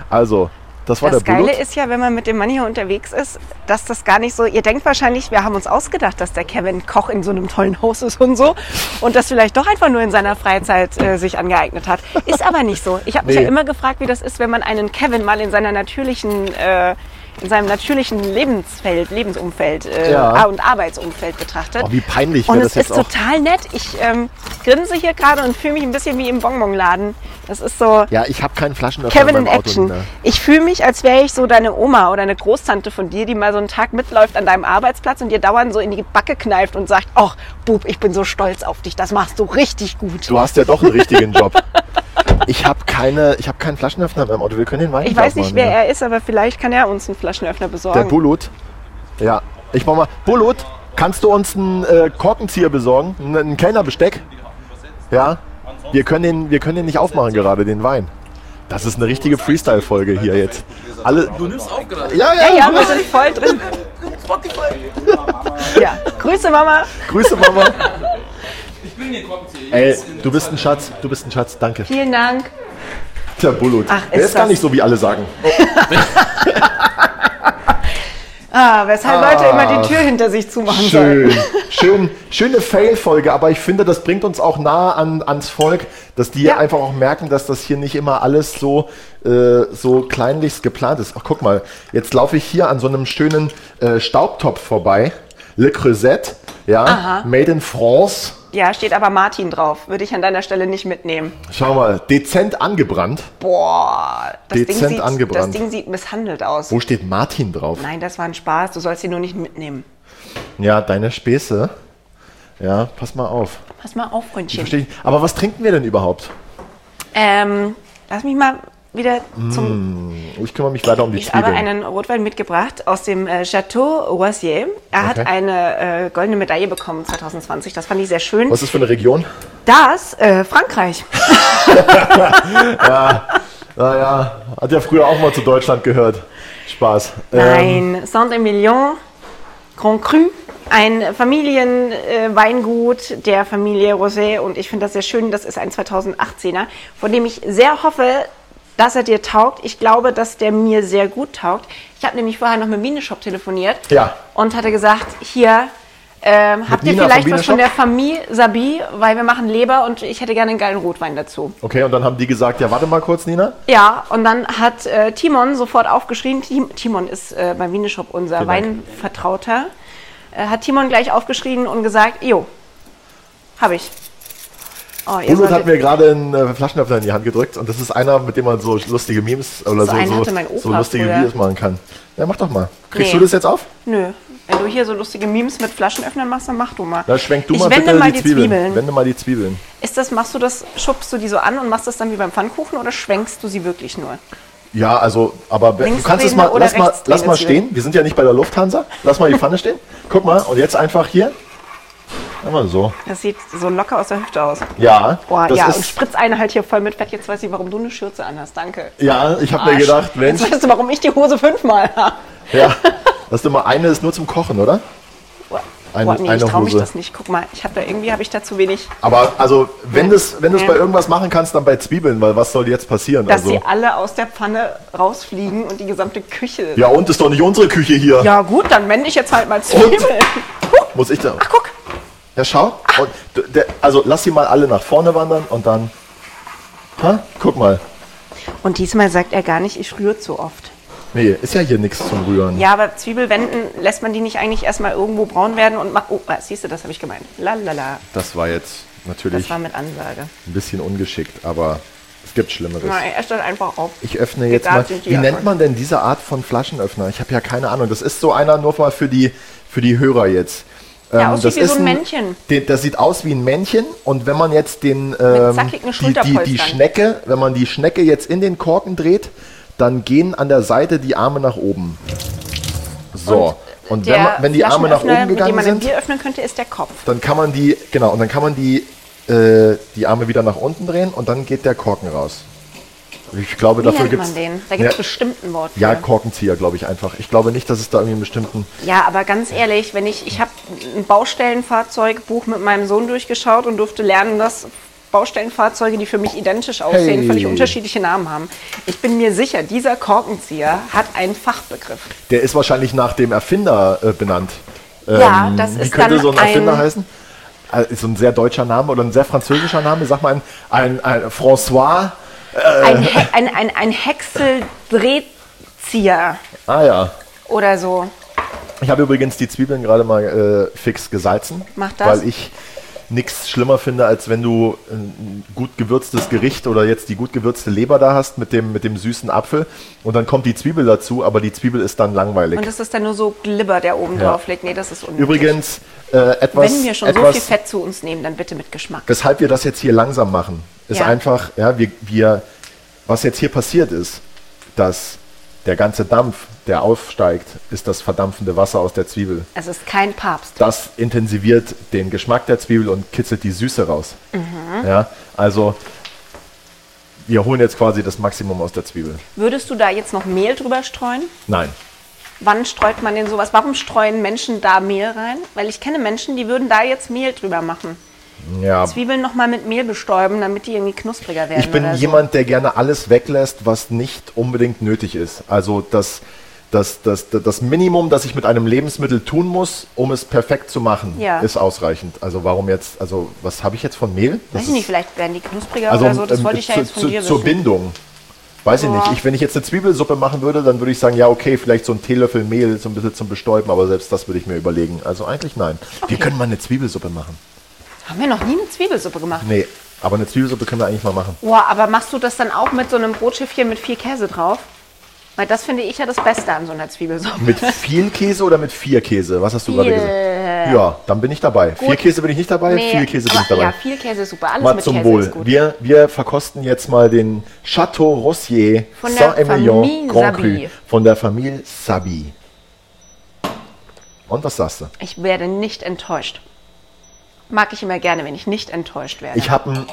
Speaker 2: Also, das war
Speaker 1: Das
Speaker 2: der Bulut.
Speaker 1: Geile ist ja, wenn man mit dem Mann hier unterwegs ist, dass das gar nicht so. Ihr denkt wahrscheinlich, wir haben uns ausgedacht, dass der Kevin Koch in so einem tollen Haus ist und so. Und das vielleicht doch einfach nur in seiner Freizeit äh, sich angeeignet hat. Ist aber nicht so. Ich habe mich
Speaker 2: Nee.
Speaker 1: ja immer gefragt, wie das ist, wenn man einen Kevin mal in seiner natürlichen. Äh, in seinem natürlichen Lebensfeld, Lebensumfeld äh,
Speaker 2: Ja.
Speaker 1: Ar- und Arbeitsumfeld betrachtet.
Speaker 2: Oh, wie peinlich
Speaker 1: Und
Speaker 2: wäre
Speaker 1: es
Speaker 2: das jetzt
Speaker 1: ist
Speaker 2: auch.
Speaker 1: total nett. Ich ähm, grinse hier gerade und fühle mich ein bisschen wie im Bonbonladen Das ist so
Speaker 2: Ja, ich habe keinen Flaschenöffner
Speaker 1: Kevin
Speaker 2: in
Speaker 1: in
Speaker 2: meinem Auto.
Speaker 1: Action.
Speaker 2: Nina.
Speaker 1: Ich fühle mich, als wäre ich so deine Oma oder eine Großtante von dir, die mal so einen Tag mitläuft an deinem Arbeitsplatz und dir dauernd so in die Backe kneift und sagt, ach, Bub, ich bin so stolz auf dich, das machst du richtig gut.
Speaker 2: Du hast ja doch einen richtigen Job. Ich habe keine, ich habe keinen Flaschenöffner in meinem Auto. Wir können den Wein
Speaker 1: ich
Speaker 2: nicht
Speaker 1: weiß nicht,
Speaker 2: aufmachen,
Speaker 1: wer
Speaker 2: Nina.
Speaker 1: er ist, aber vielleicht kann er uns einen Flaschenöffner
Speaker 2: Der
Speaker 1: besorgen.
Speaker 2: Bulut. Ja, ich brauche mal. Bulut, kannst du uns einen äh, Korkenzieher besorgen? Ein, ein Kellnerbesteck? Ja. Wir können, den, wir können den nicht aufmachen gerade, den Wein. Das ist eine richtige Freestyle-Folge hier jetzt. Alle.
Speaker 4: Du nimmst auf gerade.
Speaker 2: Ja,
Speaker 1: ja,
Speaker 2: ja,
Speaker 1: ja, wir sind voll drin. ja. Grüße, Mama.
Speaker 2: Grüße, Mama.
Speaker 4: Ich bin hier Korkenzieher.
Speaker 2: Ey, du bist ein Schatz. Du bist ein Schatz. Danke.
Speaker 1: Vielen Dank.
Speaker 2: Der Bulut.
Speaker 1: Ach,
Speaker 2: Der
Speaker 1: ist
Speaker 2: ist gar
Speaker 1: das-
Speaker 2: nicht so, wie alle sagen.
Speaker 1: Ah, weshalb Leute immer die Tür hinter sich zumachen sollen.
Speaker 2: Schön, schön, schöne Fail-Folge, aber ich finde, das bringt uns auch nah an, ans Volk, dass die
Speaker 1: Ja.
Speaker 2: einfach auch merken, dass das hier nicht immer alles so, äh, so kleinlichst geplant ist. Ach, guck mal, jetzt laufe ich hier an so einem schönen äh, Staubtopf vorbei. Le Creuset, ja, made in France.
Speaker 1: Ja, steht aber Martin drauf. Würde ich an deiner Stelle nicht mitnehmen.
Speaker 2: Schau mal, dezent angebrannt.
Speaker 1: Boah, das, Ding
Speaker 2: Dezent
Speaker 1: sieht, das
Speaker 2: angebrannt.
Speaker 1: Ding sieht misshandelt aus.
Speaker 2: Wo steht Martin drauf?
Speaker 1: Nein, das war ein Spaß. Du sollst ihn nur nicht mitnehmen.
Speaker 2: Ja, deine Späße. Ja, pass mal auf.
Speaker 1: Pass mal auf, Freundchen.
Speaker 2: Verstehe ich. Aber was trinken wir denn überhaupt?
Speaker 1: Ähm, lass mich mal wieder zum.
Speaker 2: Ich kümmere mich weiter Mm, um die
Speaker 1: Ich habe
Speaker 2: Zwiebeln.
Speaker 1: einen Rotwein mitgebracht aus dem äh, Chateau Rosier. Er hat
Speaker 2: Okay.
Speaker 1: eine äh, goldene Medaille bekommen 2020. Das fand ich sehr schön.
Speaker 2: Was ist für eine Region?
Speaker 1: Das, äh, Frankreich.
Speaker 2: Naja, hat ja früher auch mal zu Deutschland gehört. Spaß. Ähm,
Speaker 1: Nein, Saint-Emilion, Grand Cru, ein Familienweingut der Familie Rosé und ich finde das sehr schön. Das ist ein 2018er, von dem ich sehr hoffe, dass er dir taugt. Ich glaube, dass der mir sehr gut taugt. Ich habe nämlich vorher noch mit Mineshop telefoniert
Speaker 2: Ja.
Speaker 1: und hatte gesagt, hier ähm, habt ihr
Speaker 2: Nina vom
Speaker 1: vielleicht was von
Speaker 2: Bienenshop?
Speaker 1: der Familie Sabi, weil wir machen Leber und ich hätte gerne einen geilen Rotwein dazu.
Speaker 2: okay, und dann haben die gesagt, ja, warte mal kurz, Nina.
Speaker 1: Ja, und dann hat äh, Timon sofort aufgeschrien, Tim, Timon ist äh, beim Wieneshop unser
Speaker 2: Vielen Dank.
Speaker 1: Weinvertrauter, äh, hat Timon gleich aufgeschrien und gesagt, jo, hab ich. Oh, ihr
Speaker 2: Ulrich hat
Speaker 1: solltet-
Speaker 2: mir gerade einen äh, Flaschenöffner in die Hand gedrückt und das ist einer, mit dem man so lustige Memes
Speaker 1: So
Speaker 2: oder so,
Speaker 1: einen
Speaker 2: so,
Speaker 1: hatte mein Opa
Speaker 2: so lustige
Speaker 1: früher.
Speaker 2: Videos machen kann. Ja, mach doch mal. Kriegst
Speaker 1: Nee.
Speaker 2: du das jetzt auf?
Speaker 1: Nö, wenn du hier so lustige Memes mit Flaschenöffnern machst, dann mach du mal.
Speaker 2: Na, schwenk du
Speaker 1: ich
Speaker 2: mal
Speaker 1: wende
Speaker 2: bitte
Speaker 1: mal
Speaker 2: die Zwiebeln. Wende mal die Zwiebeln.
Speaker 1: Ist das, machst du das, schubst du die so an und machst das dann wie beim Pfannkuchen oder schwenkst du sie wirklich nur?
Speaker 2: Ja, also, aber be- du kannst es mal,
Speaker 1: Linksdrehende oder
Speaker 2: lass mal, lass mal
Speaker 1: rechtsdrehende Zwiebeln?
Speaker 2: stehen. Wir sind ja nicht bei der Lufthansa. Lass mal die Pfanne stehen. Guck mal, und jetzt einfach hier. Einmal so.
Speaker 1: Das sieht so locker aus der Hüfte aus.
Speaker 2: Ja,
Speaker 1: Boah,
Speaker 2: das
Speaker 1: ja, und
Speaker 2: ist.
Speaker 1: spritz eine halt hier voll mit Fett. Jetzt weiß ich, warum du eine Schürze anhast. Danke.
Speaker 2: Ja, ich habe mir gedacht, Mensch,
Speaker 1: Jetzt weißt du, warum ich die Hose fünfmal habe.
Speaker 2: Ja. Das ist immer eine ist nur zum Kochen, oder? Eine-
Speaker 1: Boah, nee,
Speaker 2: eine
Speaker 1: ich traue mich
Speaker 2: Hose.
Speaker 1: das nicht. Guck mal, ich habe da irgendwie habe ich da zu wenig,
Speaker 2: Aber also, wenn du es wenn du's
Speaker 1: Ja.
Speaker 2: bei irgendwas machen kannst, dann bei Zwiebeln, weil was soll jetzt passieren?
Speaker 1: dass sie
Speaker 2: also,
Speaker 1: alle aus der Pfanne rausfliegen und die gesamte Küche.
Speaker 2: ja, und ist doch nicht unsere Küche hier.
Speaker 1: Ja, gut, dann wende ich jetzt halt mal Zwiebeln. Huh,
Speaker 2: Muss ich da.
Speaker 1: Ach guck,
Speaker 2: Ja, schau. Und, du- der, also, lass sie mal alle nach vorne wandern und dann. Ha? Guck mal.
Speaker 1: und diesmal sagt er gar nicht, ich rühre zu oft.
Speaker 2: Nee, ist ja hier nichts zum Rühren.
Speaker 1: Ja, aber Zwiebelwenden lässt man die nicht eigentlich erstmal irgendwo braun werden und macht. Oh, ah, siehst du, das habe ich gemeint. Lalala,
Speaker 2: Das war jetzt natürlich
Speaker 1: das war mit Ansage.
Speaker 2: ein bisschen ungeschickt, aber es gibt Schlimmeres.
Speaker 1: Nein, er stellt einfach auf.
Speaker 2: Ich öffne jetzt
Speaker 1: Egal,
Speaker 2: mal.
Speaker 1: sind die
Speaker 2: Wie
Speaker 1: ja
Speaker 2: nennt
Speaker 1: voll.
Speaker 2: man denn diese Art von Flaschenöffner? Ich habe ja keine Ahnung. Das ist so einer nur mal für die, für die Hörer jetzt. Ähm,
Speaker 1: Ja, aussieht wie so ein Männchen.
Speaker 2: de- das sieht aus wie ein Männchen. Und wenn man jetzt den,
Speaker 1: zackigen
Speaker 2: ähm, die, die, die
Speaker 1: Schulterpolstern.
Speaker 2: Schnecke, wenn man die Schnecke jetzt in den Korken dreht, dann gehen an der Seite die Arme nach oben. So. Und, wenn, man, wenn die Arme nach
Speaker 1: Flaschenöffner,
Speaker 2: oben
Speaker 1: mit dem
Speaker 2: gegangen
Speaker 1: man ein
Speaker 2: sind,
Speaker 1: Bier öffnen könnte, ist der Kopf.
Speaker 2: dann kann man die, genau, und dann kann man die, äh, die Arme wieder nach unten drehen und dann geht der Korken raus. Ich glaube,
Speaker 1: Wie
Speaker 2: dafür
Speaker 1: nennt
Speaker 2: gibt's.
Speaker 1: man den? Da gibt es
Speaker 2: Ja.
Speaker 1: bestimmt ein Wort.
Speaker 2: Ja,
Speaker 1: für.
Speaker 2: Korkenzieher, glaube ich einfach. Ich glaube nicht, dass es da irgendwie einen bestimmten.
Speaker 1: Ja, aber ganz ehrlich, wenn ich, ich habe ein Baustellenfahrzeugbuch mit meinem Sohn durchgeschaut und durfte lernen, dass Baustellenfahrzeuge, die für mich identisch aussehen,
Speaker 2: Hey.
Speaker 1: völlig unterschiedliche Namen haben. Ich bin mir sicher, dieser Korkenzieher hat einen Fachbegriff.
Speaker 2: Der ist wahrscheinlich nach dem Erfinder äh, benannt. Ähm,
Speaker 1: Ja, das
Speaker 2: Wie
Speaker 1: ist
Speaker 2: könnte
Speaker 1: dann
Speaker 2: so ein Erfinder
Speaker 1: ein-
Speaker 2: heißen? Äh, Ist so ein sehr deutscher Name oder ein sehr französischer Name. Sag mal, ein, ein, ein François. Äh.
Speaker 1: Ein, He ein, ein, ein Häckseldrehzieher
Speaker 2: Ah ja.
Speaker 1: oder so.
Speaker 2: Ich habe übrigens die Zwiebeln gerade mal äh, fix gesalzen.
Speaker 1: Mach das.
Speaker 2: Weil ich nichts schlimmer finde, als wenn du ein gut gewürztes Gericht oder jetzt die gut gewürzte Leber da hast mit dem, mit dem süßen Apfel und dann kommt die Zwiebel dazu, aber die Zwiebel ist dann langweilig.
Speaker 1: Und es ist dann nur so Glibber, der oben
Speaker 2: Ja.
Speaker 1: drauf liegt. Nee, das ist unnötig.
Speaker 2: Übrigens, äh, etwas,
Speaker 1: Wenn wir schon so
Speaker 2: etwas
Speaker 1: viel Fett zu uns nehmen, dann bitte mit Geschmack.
Speaker 2: weshalb wir das jetzt hier langsam machen, ist
Speaker 1: Ja.
Speaker 2: einfach, ja, wir, wir, was jetzt hier passiert ist, dass der ganze Dampf, der aufsteigt, ist das verdampfende Wasser aus der Zwiebel.
Speaker 1: Es ist kein Papst.
Speaker 2: Das intensiviert den Geschmack der Zwiebel und kitzelt die Süße raus.
Speaker 1: Mhm.
Speaker 2: Ja, also wir holen jetzt quasi das Maximum aus der Zwiebel.
Speaker 1: Würdest du da jetzt noch Mehl drüber streuen?
Speaker 2: Nein,
Speaker 1: Wann streut man denn sowas? Warum streuen Menschen da Mehl rein? Weil ich kenne Menschen, die würden da jetzt Mehl drüber machen.
Speaker 2: ja.
Speaker 1: Zwiebeln nochmal mit Mehl bestäuben, damit die irgendwie knuspriger werden.
Speaker 2: Ich bin
Speaker 1: oder so.
Speaker 2: jemand, der gerne alles weglässt, was nicht unbedingt nötig ist. Also das, das, das, das, das Minimum, das ich mit einem Lebensmittel tun muss, um es perfekt zu machen,
Speaker 1: Ja.
Speaker 2: ist ausreichend. Also warum jetzt, also was habe ich jetzt von Mehl?
Speaker 1: Weiß
Speaker 2: Das
Speaker 1: ich nicht,
Speaker 2: ist-
Speaker 1: vielleicht werden die knuspriger
Speaker 2: also
Speaker 1: oder so. Das
Speaker 2: ähm,
Speaker 1: wollte ich ja
Speaker 2: zu,
Speaker 1: jetzt von
Speaker 2: zu,
Speaker 1: dir wissen.
Speaker 2: zur Bindung. Weiß ich nicht. Ich, wenn ich jetzt eine Zwiebelsuppe machen würde, dann würde ich sagen, ja, okay, vielleicht so ein Teelöffel Mehl so ein bisschen zum Bestäuben, aber selbst das würde ich mir überlegen. Also eigentlich nein. Wir können mal eine Zwiebelsuppe machen.
Speaker 1: Haben wir noch nie eine Zwiebelsuppe gemacht?
Speaker 2: Nee, aber eine Zwiebelsuppe können wir eigentlich mal machen.
Speaker 1: Boah, aber machst du das dann auch mit so einem Brotschiffchen mit viel Käse drauf? Weil das finde ich ja das Beste an so einer Zwiebelsuppe.
Speaker 2: Mit viel Käse oder mit vier Käse? Was hast du gerade
Speaker 1: Viel.
Speaker 2: gesagt? Ja, dann bin ich dabei. Vier Käse bin ich nicht dabei, viel Käse bin
Speaker 1: aber,
Speaker 2: ich dabei.
Speaker 1: Ja, viel Käse ist super. Alles
Speaker 2: mal
Speaker 1: mit
Speaker 2: zum
Speaker 1: Käse ist
Speaker 2: Wohl.
Speaker 1: gut.
Speaker 2: Wir, wir verkosten jetzt mal den Chateau Rossier
Speaker 1: Von der
Speaker 2: Saint-Emilion
Speaker 1: Famille
Speaker 2: Grand Cru
Speaker 1: Sabi.
Speaker 2: von der Familie Sabi. Und was sagst du?
Speaker 1: ich werde nicht enttäuscht. Mag ich immer gerne, wenn ich nicht enttäuscht werde.
Speaker 2: Ich habe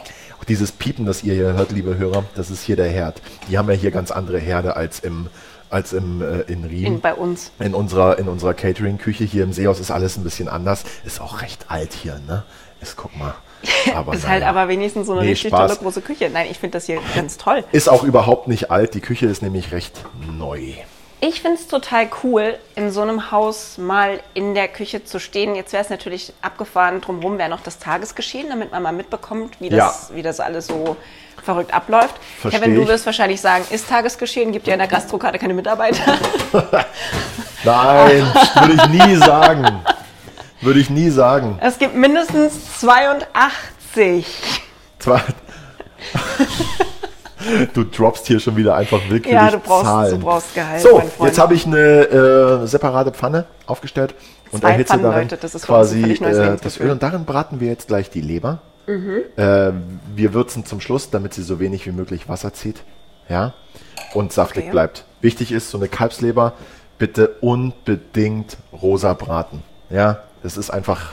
Speaker 2: dieses Piepen, das ihr hier hört, liebe Hörer, das ist hier der Herd. Die haben ja hier ganz andere Herde als im als im äh, in Riem.
Speaker 1: In- bei uns.
Speaker 2: In unserer in unserer Catering Küche hier im Seehaus ist alles ein bisschen anders. Ist auch recht alt hier, ne? Ist guck mal. Aber
Speaker 1: ist halt
Speaker 2: naja.
Speaker 1: aber wenigstens so eine
Speaker 2: Nee,
Speaker 1: richtig
Speaker 2: Spaß.
Speaker 1: tolle große Küche. Nein, ich finde das hier ganz toll.
Speaker 2: Ist auch überhaupt nicht alt. Die Küche ist nämlich recht neu.
Speaker 1: Ich finde es total cool, in so einem Haus mal in der Küche zu stehen. Jetzt wäre es natürlich abgefahren, drumherum wäre noch das Tagesgeschehen, damit man mal mitbekommt, wie das, wie das alles so verrückt abläuft.
Speaker 2: Versteh
Speaker 1: Kevin, du
Speaker 2: ich.
Speaker 1: wirst wahrscheinlich sagen, ist Tagesgeschehen, gibt ja in der Gastrokarte keine Mitarbeiter.
Speaker 2: Nein, würde ich nie sagen. Würde ich nie sagen.
Speaker 1: Es gibt mindestens 82.
Speaker 2: Zwar du droppst hier schon wieder einfach willkürlich
Speaker 1: Ja, du brauchst- du
Speaker 2: Zahlen.
Speaker 1: brauchst Gehalt,
Speaker 2: so,
Speaker 1: mein Freund.
Speaker 2: jetzt habe ich eine äh, separate Pfanne aufgestellt und
Speaker 1: Zwei
Speaker 2: erhitze
Speaker 1: Pfannen,
Speaker 2: darin
Speaker 1: Leute, das ist für uns ein
Speaker 2: quasi
Speaker 1: völlig neues
Speaker 2: äh, das
Speaker 1: Lebensgefühl. Mhm.
Speaker 2: Öl. Und darin braten wir jetzt gleich die Leber. Äh, wir würzen zum Schluss, damit sie so wenig wie möglich Wasser zieht. Ja, und saftig
Speaker 1: Okay.
Speaker 2: bleibt. Wichtig ist, so eine Kalbsleber bitte unbedingt rosa braten. Ja, das ist einfach,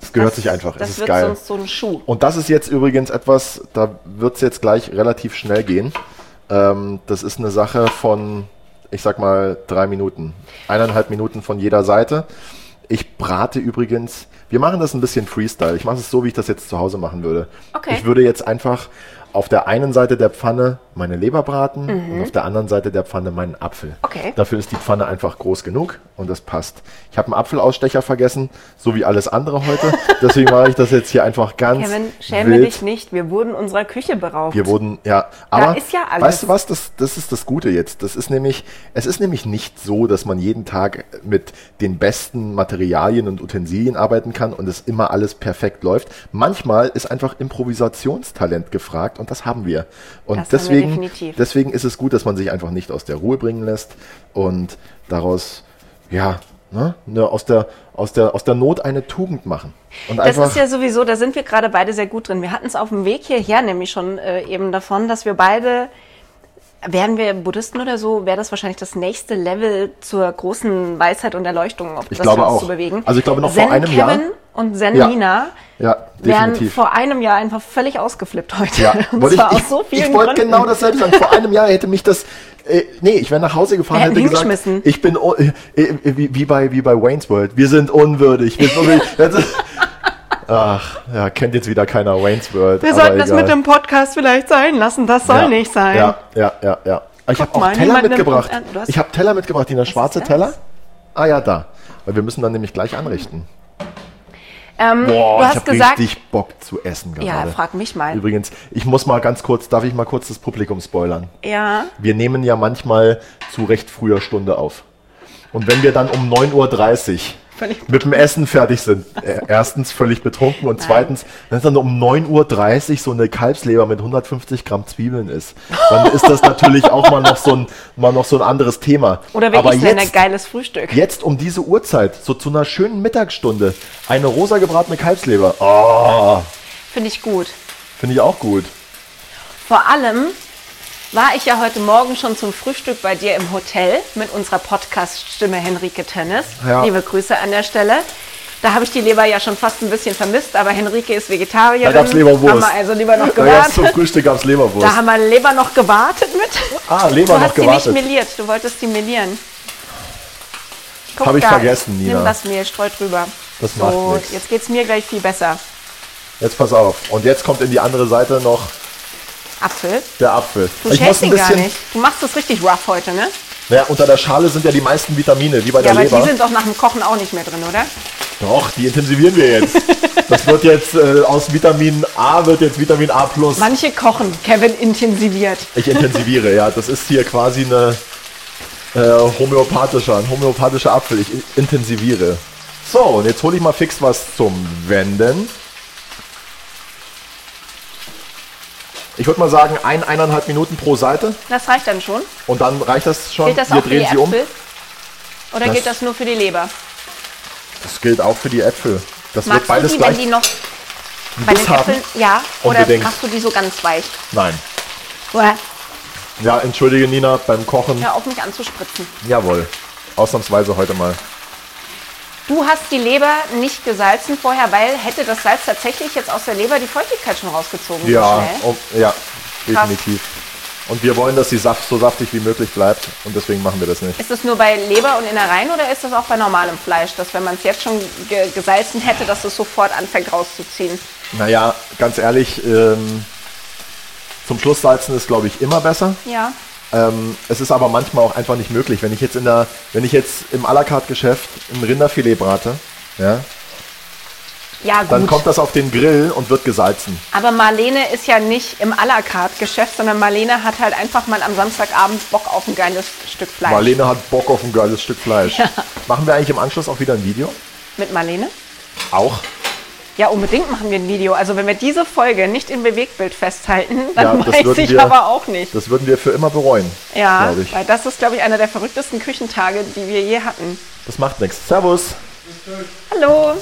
Speaker 2: es gehört sich einfach.
Speaker 1: Das
Speaker 2: es ist
Speaker 1: wird
Speaker 2: geil.
Speaker 1: sonst so ein Schuh.
Speaker 2: Und das ist jetzt übrigens etwas, da wird es jetzt gleich relativ schnell gehen. Ähm, das ist eine Sache von, ich sag mal, drei Minuten. Eineinhalb Minuten von jeder Seite. Ich brate übrigens, wir machen das ein bisschen Freestyle. Ich mache es so, wie ich das jetzt zu Hause machen würde.
Speaker 1: Okay.
Speaker 2: Ich würde jetzt einfach auf der einen Seite der Pfanne meine Leber braten und auf der anderen Seite der Pfanne meinen Apfel.
Speaker 1: Mhm. Okay.
Speaker 2: Dafür ist die Pfanne einfach groß genug und das passt. Ich habe einen Apfelausstecher vergessen, so wie alles andere heute. Deswegen mache ich das jetzt hier einfach ganz
Speaker 1: Kevin, schäme
Speaker 2: wild.
Speaker 1: dich nicht, wir wurden unserer Küche beraubt.
Speaker 2: Wir wurden, ja, aber
Speaker 1: ist ja alles.
Speaker 2: weißt du was, das, das ist das Gute jetzt. Das ist nämlich, es ist nämlich nicht so, dass man jeden Tag mit den besten Materialien und Utensilien arbeiten kann und es immer alles perfekt läuft. Manchmal ist einfach Improvisationstalent gefragt und das haben wir.
Speaker 1: Das haben
Speaker 2: Und
Speaker 1: wir
Speaker 2: deswegen,
Speaker 1: definitiv.
Speaker 2: deswegen ist es gut, dass man sich einfach nicht aus der Ruhe bringen lässt und daraus, ja, ne, ne, aus der, aus der, aus der Not eine Tugend machen. Und
Speaker 1: Das
Speaker 2: einfach,
Speaker 1: ist ja sowieso, da sind wir gerade beide sehr gut drin. Wir hatten es auf dem Weg hierher nämlich schon äh, eben davon, dass wir beide, wären wir Buddhisten oder so, wäre das wahrscheinlich das nächste Level zur großen Weisheit und Erleuchtung, auf
Speaker 2: Ich
Speaker 1: das
Speaker 2: glaube
Speaker 1: wir uns
Speaker 2: auch.
Speaker 1: zu bewegen.
Speaker 2: Also ich glaube, noch vor
Speaker 1: Zen
Speaker 2: einem Jahr-
Speaker 1: Kevin und Zen
Speaker 2: Ja.
Speaker 1: Nina
Speaker 2: ja,
Speaker 1: wären
Speaker 2: definitiv.
Speaker 1: vor einem Jahr einfach völlig ausgeflippt heute.
Speaker 2: Ja,
Speaker 1: und
Speaker 2: wollte ich,
Speaker 1: zwar
Speaker 2: ich,
Speaker 1: aus so vielen
Speaker 2: ich wollte
Speaker 1: Gründen.
Speaker 2: genau dasselbe sagen. Vor einem Jahr hätte mich das. Äh, nee, ich wäre nach Hause gefahren,
Speaker 1: Wir hätten
Speaker 2: hätte gesagt,
Speaker 1: hingeschmissen.
Speaker 2: ich bin un- äh, äh, wie, wie, bei, wie bei Wayne's World. Wir sind unwürdig. Wir sind unwürdig. Das ist- Ach, ja, kennt jetzt wieder keiner Wayne's World.
Speaker 1: wir
Speaker 2: aber
Speaker 1: sollten das
Speaker 2: egal.
Speaker 1: mit dem Podcast vielleicht sein lassen. Das soll
Speaker 2: ja,
Speaker 1: nicht sein.
Speaker 2: Ja, ja, ja, ja. Ich habe
Speaker 1: Guck
Speaker 2: auch
Speaker 1: mal,
Speaker 2: Teller
Speaker 1: niemand nimmt
Speaker 2: mitgebracht.
Speaker 1: uns an. Du hast-
Speaker 2: Ich habe Teller mitgebracht, die schwarze
Speaker 1: das?
Speaker 2: Teller. Ah ja, da. Weil wir müssen dann nämlich gleich anrichten.
Speaker 1: Ähm, du
Speaker 2: Boah, ich
Speaker 1: hast
Speaker 2: habe
Speaker 1: gesagt,
Speaker 2: richtig Bock zu essen gerade.
Speaker 1: ja, frag mich mal.
Speaker 2: Übrigens, ich muss mal ganz kurz, darf ich mal kurz das Publikum spoilern?
Speaker 1: Ja.
Speaker 2: Wir nehmen ja manchmal zu recht früher Stunde auf. Und wenn wir dann um 9.30 Uhr
Speaker 1: Völlig
Speaker 2: mit dem Essen fertig sind. Äh, Erstens völlig betrunken und zweitens, wenn es dann um 9.30 Uhr so eine Kalbsleber mit 150 Gramm Zwiebeln ist, dann ist das natürlich auch mal noch so ein, mal noch so ein anderes Thema.
Speaker 1: Oder
Speaker 2: Aber
Speaker 1: wirklich ein
Speaker 2: jetzt-
Speaker 1: geiles Frühstück.
Speaker 2: Jetzt um diese Uhrzeit, so zu einer schönen Mittagsstunde, eine rosa gebratene Kalbsleber. Ah,
Speaker 1: Finde ich gut.
Speaker 2: finde ich auch gut.
Speaker 1: Vor allem war ich ja heute Morgen schon zum Frühstück bei dir im Hotel mit unserer Podcast-Stimme Henrike Tennis.
Speaker 2: Ja.
Speaker 1: Liebe Grüße an der Stelle. Da habe ich die Leber ja schon fast ein bisschen vermisst, aber Henrike ist
Speaker 2: Da
Speaker 1: Vegetarierin.
Speaker 2: gab's Leberwurst.
Speaker 1: Haben wir also lieber noch
Speaker 2: Da gab's zum
Speaker 1: gewartet.
Speaker 2: Frühstück gab's Leberwurst.
Speaker 1: Da haben wir Leber noch gewartet mit.
Speaker 2: Ah, Leber
Speaker 1: du
Speaker 2: noch
Speaker 1: hast die
Speaker 2: gewartet.
Speaker 1: nicht meliert, du wolltest die melieren. Guck
Speaker 2: Hab ich
Speaker 1: da,
Speaker 2: vergessen, Nina.
Speaker 1: Nimm das Mehl, streu drüber.
Speaker 2: Das
Speaker 1: so,
Speaker 2: macht nix.
Speaker 1: jetzt geht's mir gleich viel besser.
Speaker 2: Jetzt pass auf. Und jetzt kommt in die andere Seite noch
Speaker 1: Apfel.
Speaker 2: der Apfel.
Speaker 1: Du schälst ihn gar nicht. Du machst das richtig rough heute, ne?
Speaker 2: Naja, unter der Schale sind ja die meisten Vitamine, wie bei
Speaker 1: Ja,
Speaker 2: der
Speaker 1: aber
Speaker 2: Leber.
Speaker 1: die sind doch nach dem Kochen auch nicht mehr drin, oder?
Speaker 2: Doch, die intensivieren wir jetzt. Das wird jetzt äh, aus Vitamin A wird jetzt Vitamin A plus.
Speaker 1: Manche kochen. Kevin intensiviert.
Speaker 2: Ich intensiviere, ja. Das ist hier quasi eine äh, homöopathischer, ein homöopathischer Apfel. Ich intensiviere. So, und jetzt hole ich mal fix was zum Wenden. Ich würde mal sagen, ein, eineinhalb Minuten pro Seite
Speaker 1: Das reicht dann schon.
Speaker 2: und dann reicht das schon.
Speaker 1: Gilt das
Speaker 2: wir
Speaker 1: auch für die
Speaker 2: drehen
Speaker 1: Äpfel?
Speaker 2: sie um.
Speaker 1: Oder
Speaker 2: Das-
Speaker 1: gilt das nur für die Leber?
Speaker 2: Das gilt auch für die Äpfel. Das
Speaker 1: Magst du
Speaker 2: wird beides
Speaker 1: die, wenn
Speaker 2: gleich.
Speaker 1: die noch bei den
Speaker 2: Biss haben?
Speaker 1: Äpfeln? Ja. Oder
Speaker 2: Unbedingt.
Speaker 1: machst du die so ganz weich?
Speaker 2: Nein.
Speaker 1: Uah,
Speaker 2: Ja, entschuldige Nina, beim Kochen.
Speaker 1: Hör auf mich anzuspritzen.
Speaker 2: Jawohl. Ausnahmsweise heute mal.
Speaker 1: Du hast die Leber nicht gesalzen vorher, weil hätte das Salz tatsächlich jetzt aus der Leber die Feuchtigkeit schon rausgezogen. so
Speaker 2: Ja,
Speaker 1: schnell.
Speaker 2: oh, ja, definitiv. Und wir wollen, dass die Saft so saftig wie möglich bleibt und deswegen machen wir das nicht.
Speaker 1: Ist das nur bei Leber und Innereien oder ist das auch bei normalem Fleisch, dass wenn man es jetzt schon ge gesalzen hätte, dass es sofort anfängt rauszuziehen?
Speaker 2: Naja, ganz ehrlich, ähm, zum Schluss salzen ist, glaube ich, immer besser.
Speaker 1: Ja.
Speaker 2: Ähm, es ist aber manchmal auch einfach nicht möglich. Wenn ich jetzt in der, wenn ich jetzt im à la carte Geschäft ein Rinderfilet brate, ja,
Speaker 1: Ja, gut.
Speaker 2: dann kommt das auf den Grill und wird gesalzen.
Speaker 1: Aber Marlene ist ja nicht im à la carte Geschäft, sondern Marlene hat halt einfach mal am Samstagabend Bock auf ein geiles Stück Fleisch.
Speaker 2: Marlene hat Bock auf ein geiles Stück Fleisch. Machen wir eigentlich im Anschluss auch wieder ein Video?
Speaker 1: Mit Marlene?
Speaker 2: Auch.
Speaker 1: Ja, unbedingt machen wir ein Video. Also wenn wir diese Folge nicht im Bewegtbild festhalten, dann
Speaker 2: Ja, das
Speaker 1: weiß
Speaker 2: würden
Speaker 1: ich
Speaker 2: wir-
Speaker 1: aber auch nicht.
Speaker 2: Das würden wir für immer bereuen.
Speaker 1: Ja,
Speaker 2: glaub ich.
Speaker 1: weil das ist, glaube ich, einer der verrücktesten Küchentage, die wir je hatten.
Speaker 2: Das macht nichts. Servus.
Speaker 1: Hallo.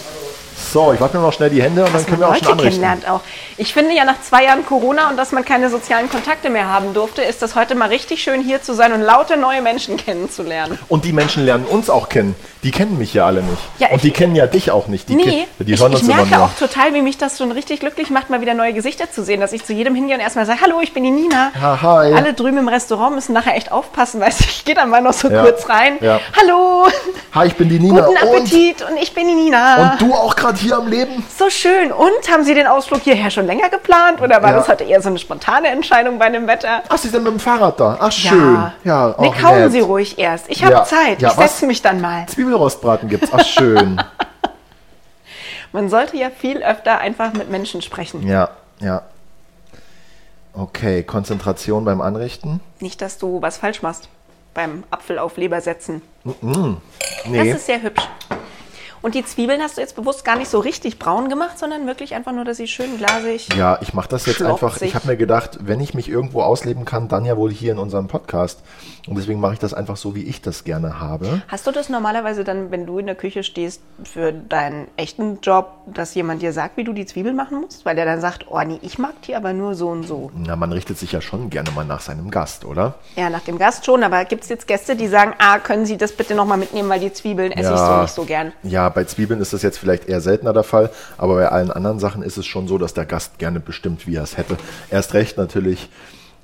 Speaker 2: So, ich wasche mir noch schnell die Hände und dann
Speaker 1: dass
Speaker 2: können
Speaker 1: man
Speaker 2: wir auch schon
Speaker 1: Leute
Speaker 2: anrichten.
Speaker 1: kennenlernt auch. Ich finde ja nach zwei Jahren Corona und dass man keine sozialen Kontakte mehr haben durfte, ist das heute mal richtig schön hier zu sein und lauter neue Menschen kennenzulernen.
Speaker 2: Und die Menschen lernen uns auch kennen. Die kennen mich ja alle nicht.
Speaker 1: Ja, ich-
Speaker 2: und die kennen ja dich auch nicht. Die,
Speaker 1: Nee,
Speaker 2: ke- die
Speaker 1: ich,
Speaker 2: hören
Speaker 1: ich
Speaker 2: uns immer
Speaker 1: merke
Speaker 2: nur.
Speaker 1: auch total, wie mich das schon richtig glücklich macht, mal wieder neue Gesichter zu sehen, dass ich zu jedem hingehe und erstmal sage, hallo, ich bin die Nina.
Speaker 2: Ha, hi.
Speaker 1: Alle drüben im Restaurant müssen nachher echt aufpassen, weil ich gehe dann mal noch so
Speaker 2: Ja,
Speaker 1: kurz rein.
Speaker 2: ja.
Speaker 1: Hallo,
Speaker 2: Hi, ich bin die Nina.
Speaker 1: guten Appetit und, ich bin die Nina.
Speaker 2: Und, und du auch gerade hier am Leben?
Speaker 1: So schön. Und haben Sie den Ausflug hierher schon länger geplant oder war
Speaker 2: Ja.
Speaker 1: das heute eher so eine spontane Entscheidung bei dem Wetter?
Speaker 2: Ach, Sie sind mit dem Fahrrad da. Ach, schön. Ja,
Speaker 1: Ja, nee,
Speaker 2: auch
Speaker 1: kauen
Speaker 2: nett.
Speaker 1: Sie ruhig erst. Ich habe
Speaker 2: Ja,
Speaker 1: Zeit.
Speaker 2: ja,
Speaker 1: ich
Speaker 2: was?
Speaker 1: setze mich dann mal.
Speaker 2: Zwiebelrostbraten gibt's. Ach, schön.
Speaker 1: Man sollte ja viel öfter einfach mit Menschen sprechen.
Speaker 2: ja, ja. Okay, Konzentration beim Anrichten.
Speaker 1: Nicht, dass du was falsch machst beim Apfel auf Leber setzen.
Speaker 2: Nee.
Speaker 1: Das ist sehr hübsch. Und die Zwiebeln hast du jetzt bewusst gar nicht so richtig braun gemacht, sondern wirklich einfach nur, dass sie schön glasig.
Speaker 2: Ja, ich mache das jetzt
Speaker 1: Schlaucht
Speaker 2: einfach.
Speaker 1: sich.
Speaker 2: Ich habe mir gedacht, wenn ich mich irgendwo ausleben kann, dann ja wohl hier in unserem Podcast. Und deswegen mache ich das einfach so, wie ich das gerne habe.
Speaker 1: Hast du das normalerweise dann, wenn du in der Küche stehst, für deinen echten Job, dass jemand dir sagt, wie du die Zwiebel machen musst? Weil der dann sagt, oh nee, ich mag die aber nur so und so.
Speaker 2: Na, man richtet sich ja schon gerne mal nach seinem Gast, oder?
Speaker 1: Ja, nach dem Gast schon, aber gibt es jetzt Gäste, die sagen, ah, können Sie das bitte nochmal mitnehmen, weil die Zwiebeln esse ich so nicht so gern.
Speaker 2: Ja, bei Zwiebeln ist das jetzt vielleicht eher seltener der Fall, aber bei allen anderen Sachen ist es schon so, dass der Gast gerne bestimmt, wie er es hätte. Erst recht natürlich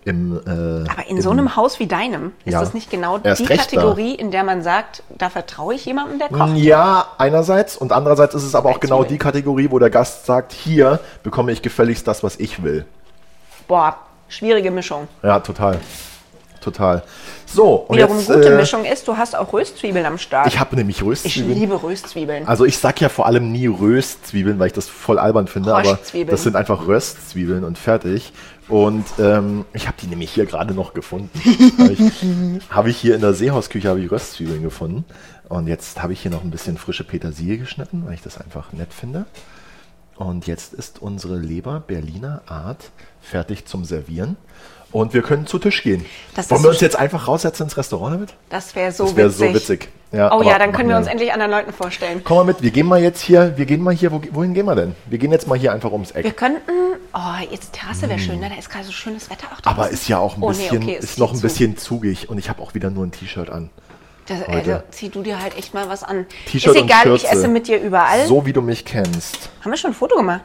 Speaker 2: im. Äh,
Speaker 1: Aber in so einem Haus wie deinem ist
Speaker 2: Ja.
Speaker 1: das nicht genau
Speaker 2: Erst
Speaker 1: die
Speaker 2: recht da.
Speaker 1: Kategorie, in der man sagt, da vertraue ich jemandem, der kocht.
Speaker 2: Ja, einerseits und andererseits ist es aber auch
Speaker 1: Bei
Speaker 2: genau
Speaker 1: Zwiebeln.
Speaker 2: die Kategorie, wo der Gast sagt, hier bekomme ich gefälligst das, was ich will.
Speaker 1: Boah, schwierige Mischung.
Speaker 2: Ja, total. total. So, und
Speaker 1: Wiederum
Speaker 2: jetzt,
Speaker 1: gute
Speaker 2: äh,
Speaker 1: Mischung ist, du hast auch Röstzwiebeln am Start.
Speaker 2: Ich habe nämlich
Speaker 1: Ich
Speaker 2: Röstzwiebeln.
Speaker 1: liebe Röstzwiebeln.
Speaker 2: Also ich sag ja vor allem nie Röstzwiebeln, weil ich das voll albern finde, aber
Speaker 1: Röstzwiebeln.
Speaker 2: das sind einfach Röstzwiebeln und fertig. Und ähm, ich habe die nämlich hier gerade noch gefunden. habe ich, hab ich hier in der Seehausküche habe ich Röstzwiebeln gefunden. Und jetzt habe ich hier noch ein bisschen frische Petersilie geschnitten, weil ich das einfach nett finde. Und jetzt ist unsere Leber Berliner Art fertig zum Servieren. Und wir können zu Tisch gehen.
Speaker 1: Das
Speaker 2: Wollen
Speaker 1: ist so
Speaker 2: wir uns jetzt einfach raussetzen ins Restaurant damit?
Speaker 1: das wäre so
Speaker 2: das
Speaker 1: witzig.
Speaker 2: wär so witzig. Ja,
Speaker 1: oh
Speaker 2: aber
Speaker 1: ja, dann können
Speaker 2: machen
Speaker 1: wir
Speaker 2: wir.
Speaker 1: uns endlich anderen Leuten vorstellen.
Speaker 2: Komm mal mit, wir gehen mal jetzt hier, wir gehen mal hier, wo- wohin gehen wir denn? Wir gehen jetzt mal hier einfach ums
Speaker 1: Wir
Speaker 2: Eck.
Speaker 1: könnten, oh, jetzt Terrasse wäre schön, ne? da ist gerade so schönes Wetter auch draußen.
Speaker 2: Hm. Aber ist ja auch ein
Speaker 1: Oh,
Speaker 2: bisschen,
Speaker 1: nee, okay, es
Speaker 2: ist noch ein
Speaker 1: zieht zu.
Speaker 2: bisschen zugig und ich habe auch wieder nur ein T-Shirt an.
Speaker 1: Das,
Speaker 2: heute.
Speaker 1: also zieh du dir halt echt mal was an.
Speaker 2: T-Shirt
Speaker 1: ist
Speaker 2: und
Speaker 1: egal, ich
Speaker 2: Schürze.
Speaker 1: esse mit dir überall.
Speaker 2: So wie du mich kennst.
Speaker 1: Haben wir schon ein Foto gemacht?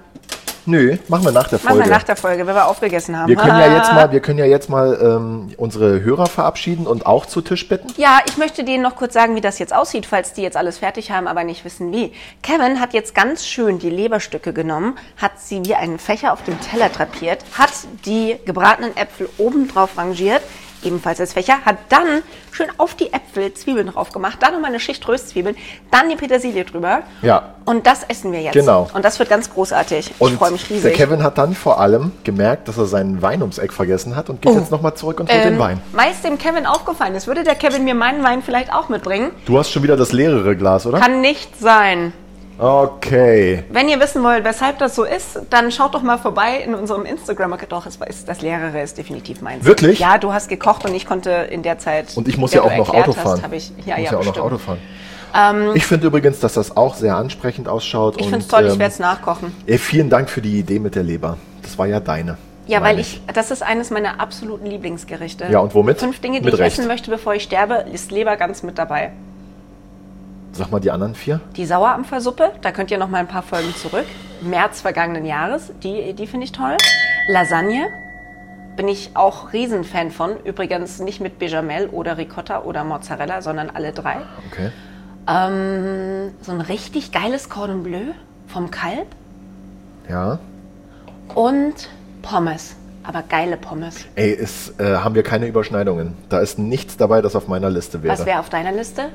Speaker 2: Nö, machen wir nach der
Speaker 1: Machen
Speaker 2: Folge.
Speaker 1: wir nach der Ah. Folge, wenn wir aufgegessen haben.
Speaker 2: wir können ja jetzt mal, wir können ja jetzt mal ähm, unsere Hörer verabschieden und auch zu Tisch bitten.
Speaker 1: Ja, ich möchte denen noch kurz sagen, wie das jetzt aussieht, falls die jetzt alles fertig haben, aber nicht wissen wie. Kevin hat jetzt ganz schön die Leberstücke genommen, hat sie wie einen Fächer auf dem Teller drapiert, hat die gebratenen Äpfel oben drauf rangiert, ebenfalls als Fächer, hat dann schön auf die Äpfel Zwiebeln drauf gemacht, dann nochmal eine Schicht Röstzwiebeln, dann die Petersilie drüber.
Speaker 2: Ja.
Speaker 1: Und das essen wir jetzt.
Speaker 2: Genau.
Speaker 1: Und das wird ganz großartig.
Speaker 2: Und
Speaker 1: ich freue mich
Speaker 2: der
Speaker 1: riesig.
Speaker 2: Kevin hat dann vor allem gemerkt, dass er seinen Wein ums Eck vergessen hat und
Speaker 1: Oh.
Speaker 2: geht jetzt nochmal zurück und holt den Wein.
Speaker 1: Ähm, Meist dem Kevin aufgefallen ist, würde der Kevin mir meinen Wein vielleicht auch mitbringen?
Speaker 2: Du hast schon wieder das leere Glas, oder?
Speaker 1: Kann nicht sein.
Speaker 2: Okay.
Speaker 1: Wenn ihr wissen wollt, weshalb das so ist, dann schaut doch mal vorbei in unserem Instagram. Doch, es ist das Lehrere ist definitiv meins.
Speaker 2: Wirklich?
Speaker 1: Ja, du hast gekocht und ich konnte in der Zeit.
Speaker 2: Und ich muss
Speaker 1: der
Speaker 2: ja
Speaker 1: du
Speaker 2: auch noch
Speaker 1: erklärt
Speaker 2: Auto
Speaker 1: hast,
Speaker 2: fahren.
Speaker 1: hab ich, ja,
Speaker 2: muss
Speaker 1: ja,
Speaker 2: ja auch noch
Speaker 1: bestimmt. Ähm,
Speaker 2: Auto fahren. ich finde übrigens, dass das auch sehr ansprechend ausschaut.
Speaker 1: Ich
Speaker 2: und,
Speaker 1: finde es toll, ich
Speaker 2: ähm,
Speaker 1: werde es nachkochen.
Speaker 2: ey, Vielen Dank für die Idee mit der Leber. Das war ja deine.
Speaker 1: Ja,
Speaker 2: meine
Speaker 1: weil ich, das ist eines meiner absoluten Lieblingsgerichte.
Speaker 2: Ja, und womit?
Speaker 1: Fünf Dinge, die
Speaker 2: Mit
Speaker 1: ich
Speaker 2: Recht.
Speaker 1: essen möchte, bevor ich sterbe, ist Leber ganz mit dabei.
Speaker 2: Sag mal die anderen vier.
Speaker 1: Die Sauerampfersuppe, da könnt ihr noch mal ein paar Folgen zurück. März vergangenen Jahres, die, die finde ich toll. Lasagne, bin ich auch Riesenfan von. Übrigens nicht mit Bechamel oder Ricotta oder Mozzarella, sondern alle drei.
Speaker 2: Okay.
Speaker 1: Ähm, so ein richtig geiles Cordon Bleu vom Kalb
Speaker 2: Ja.
Speaker 1: und Pommes. Aber geile Pommes.
Speaker 2: Ey, ist, äh, haben wir keine Überschneidungen. Da ist nichts dabei, das auf meiner Liste wäre.
Speaker 1: Was wäre auf deiner Liste?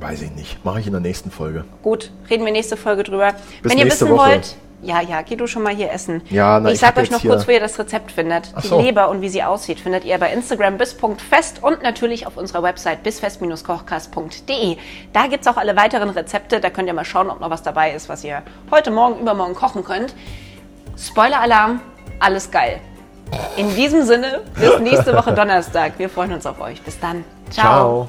Speaker 2: Weiß ich nicht. Mache ich in der nächsten Folge.
Speaker 1: Gut, reden wir nächste Folge drüber.
Speaker 2: Bis
Speaker 1: Wenn ihr
Speaker 2: nächste
Speaker 1: wissen
Speaker 2: Woche.
Speaker 1: wollt, ja, ja, geh du schon mal hier essen.
Speaker 2: Ja, na,
Speaker 1: ich
Speaker 2: ich
Speaker 1: sag
Speaker 2: hab
Speaker 1: euch
Speaker 2: jetzt
Speaker 1: noch
Speaker 2: hier-
Speaker 1: kurz, wo ihr das Rezept findet.
Speaker 2: Ach
Speaker 1: die
Speaker 2: so.
Speaker 1: Leber und wie sie aussieht, findet ihr bei Instagram bis.fest und natürlich auf unserer Website bisfest-kochkast.de. Da gibt's auch alle weiteren Rezepte. Da könnt ihr mal schauen, ob noch was dabei ist, was ihr heute Morgen, übermorgen kochen könnt. Spoiler-Alarm, alles geil. In diesem Sinne, bis nächste Woche Donnerstag. Wir freuen uns auf euch. Bis dann. Ciao.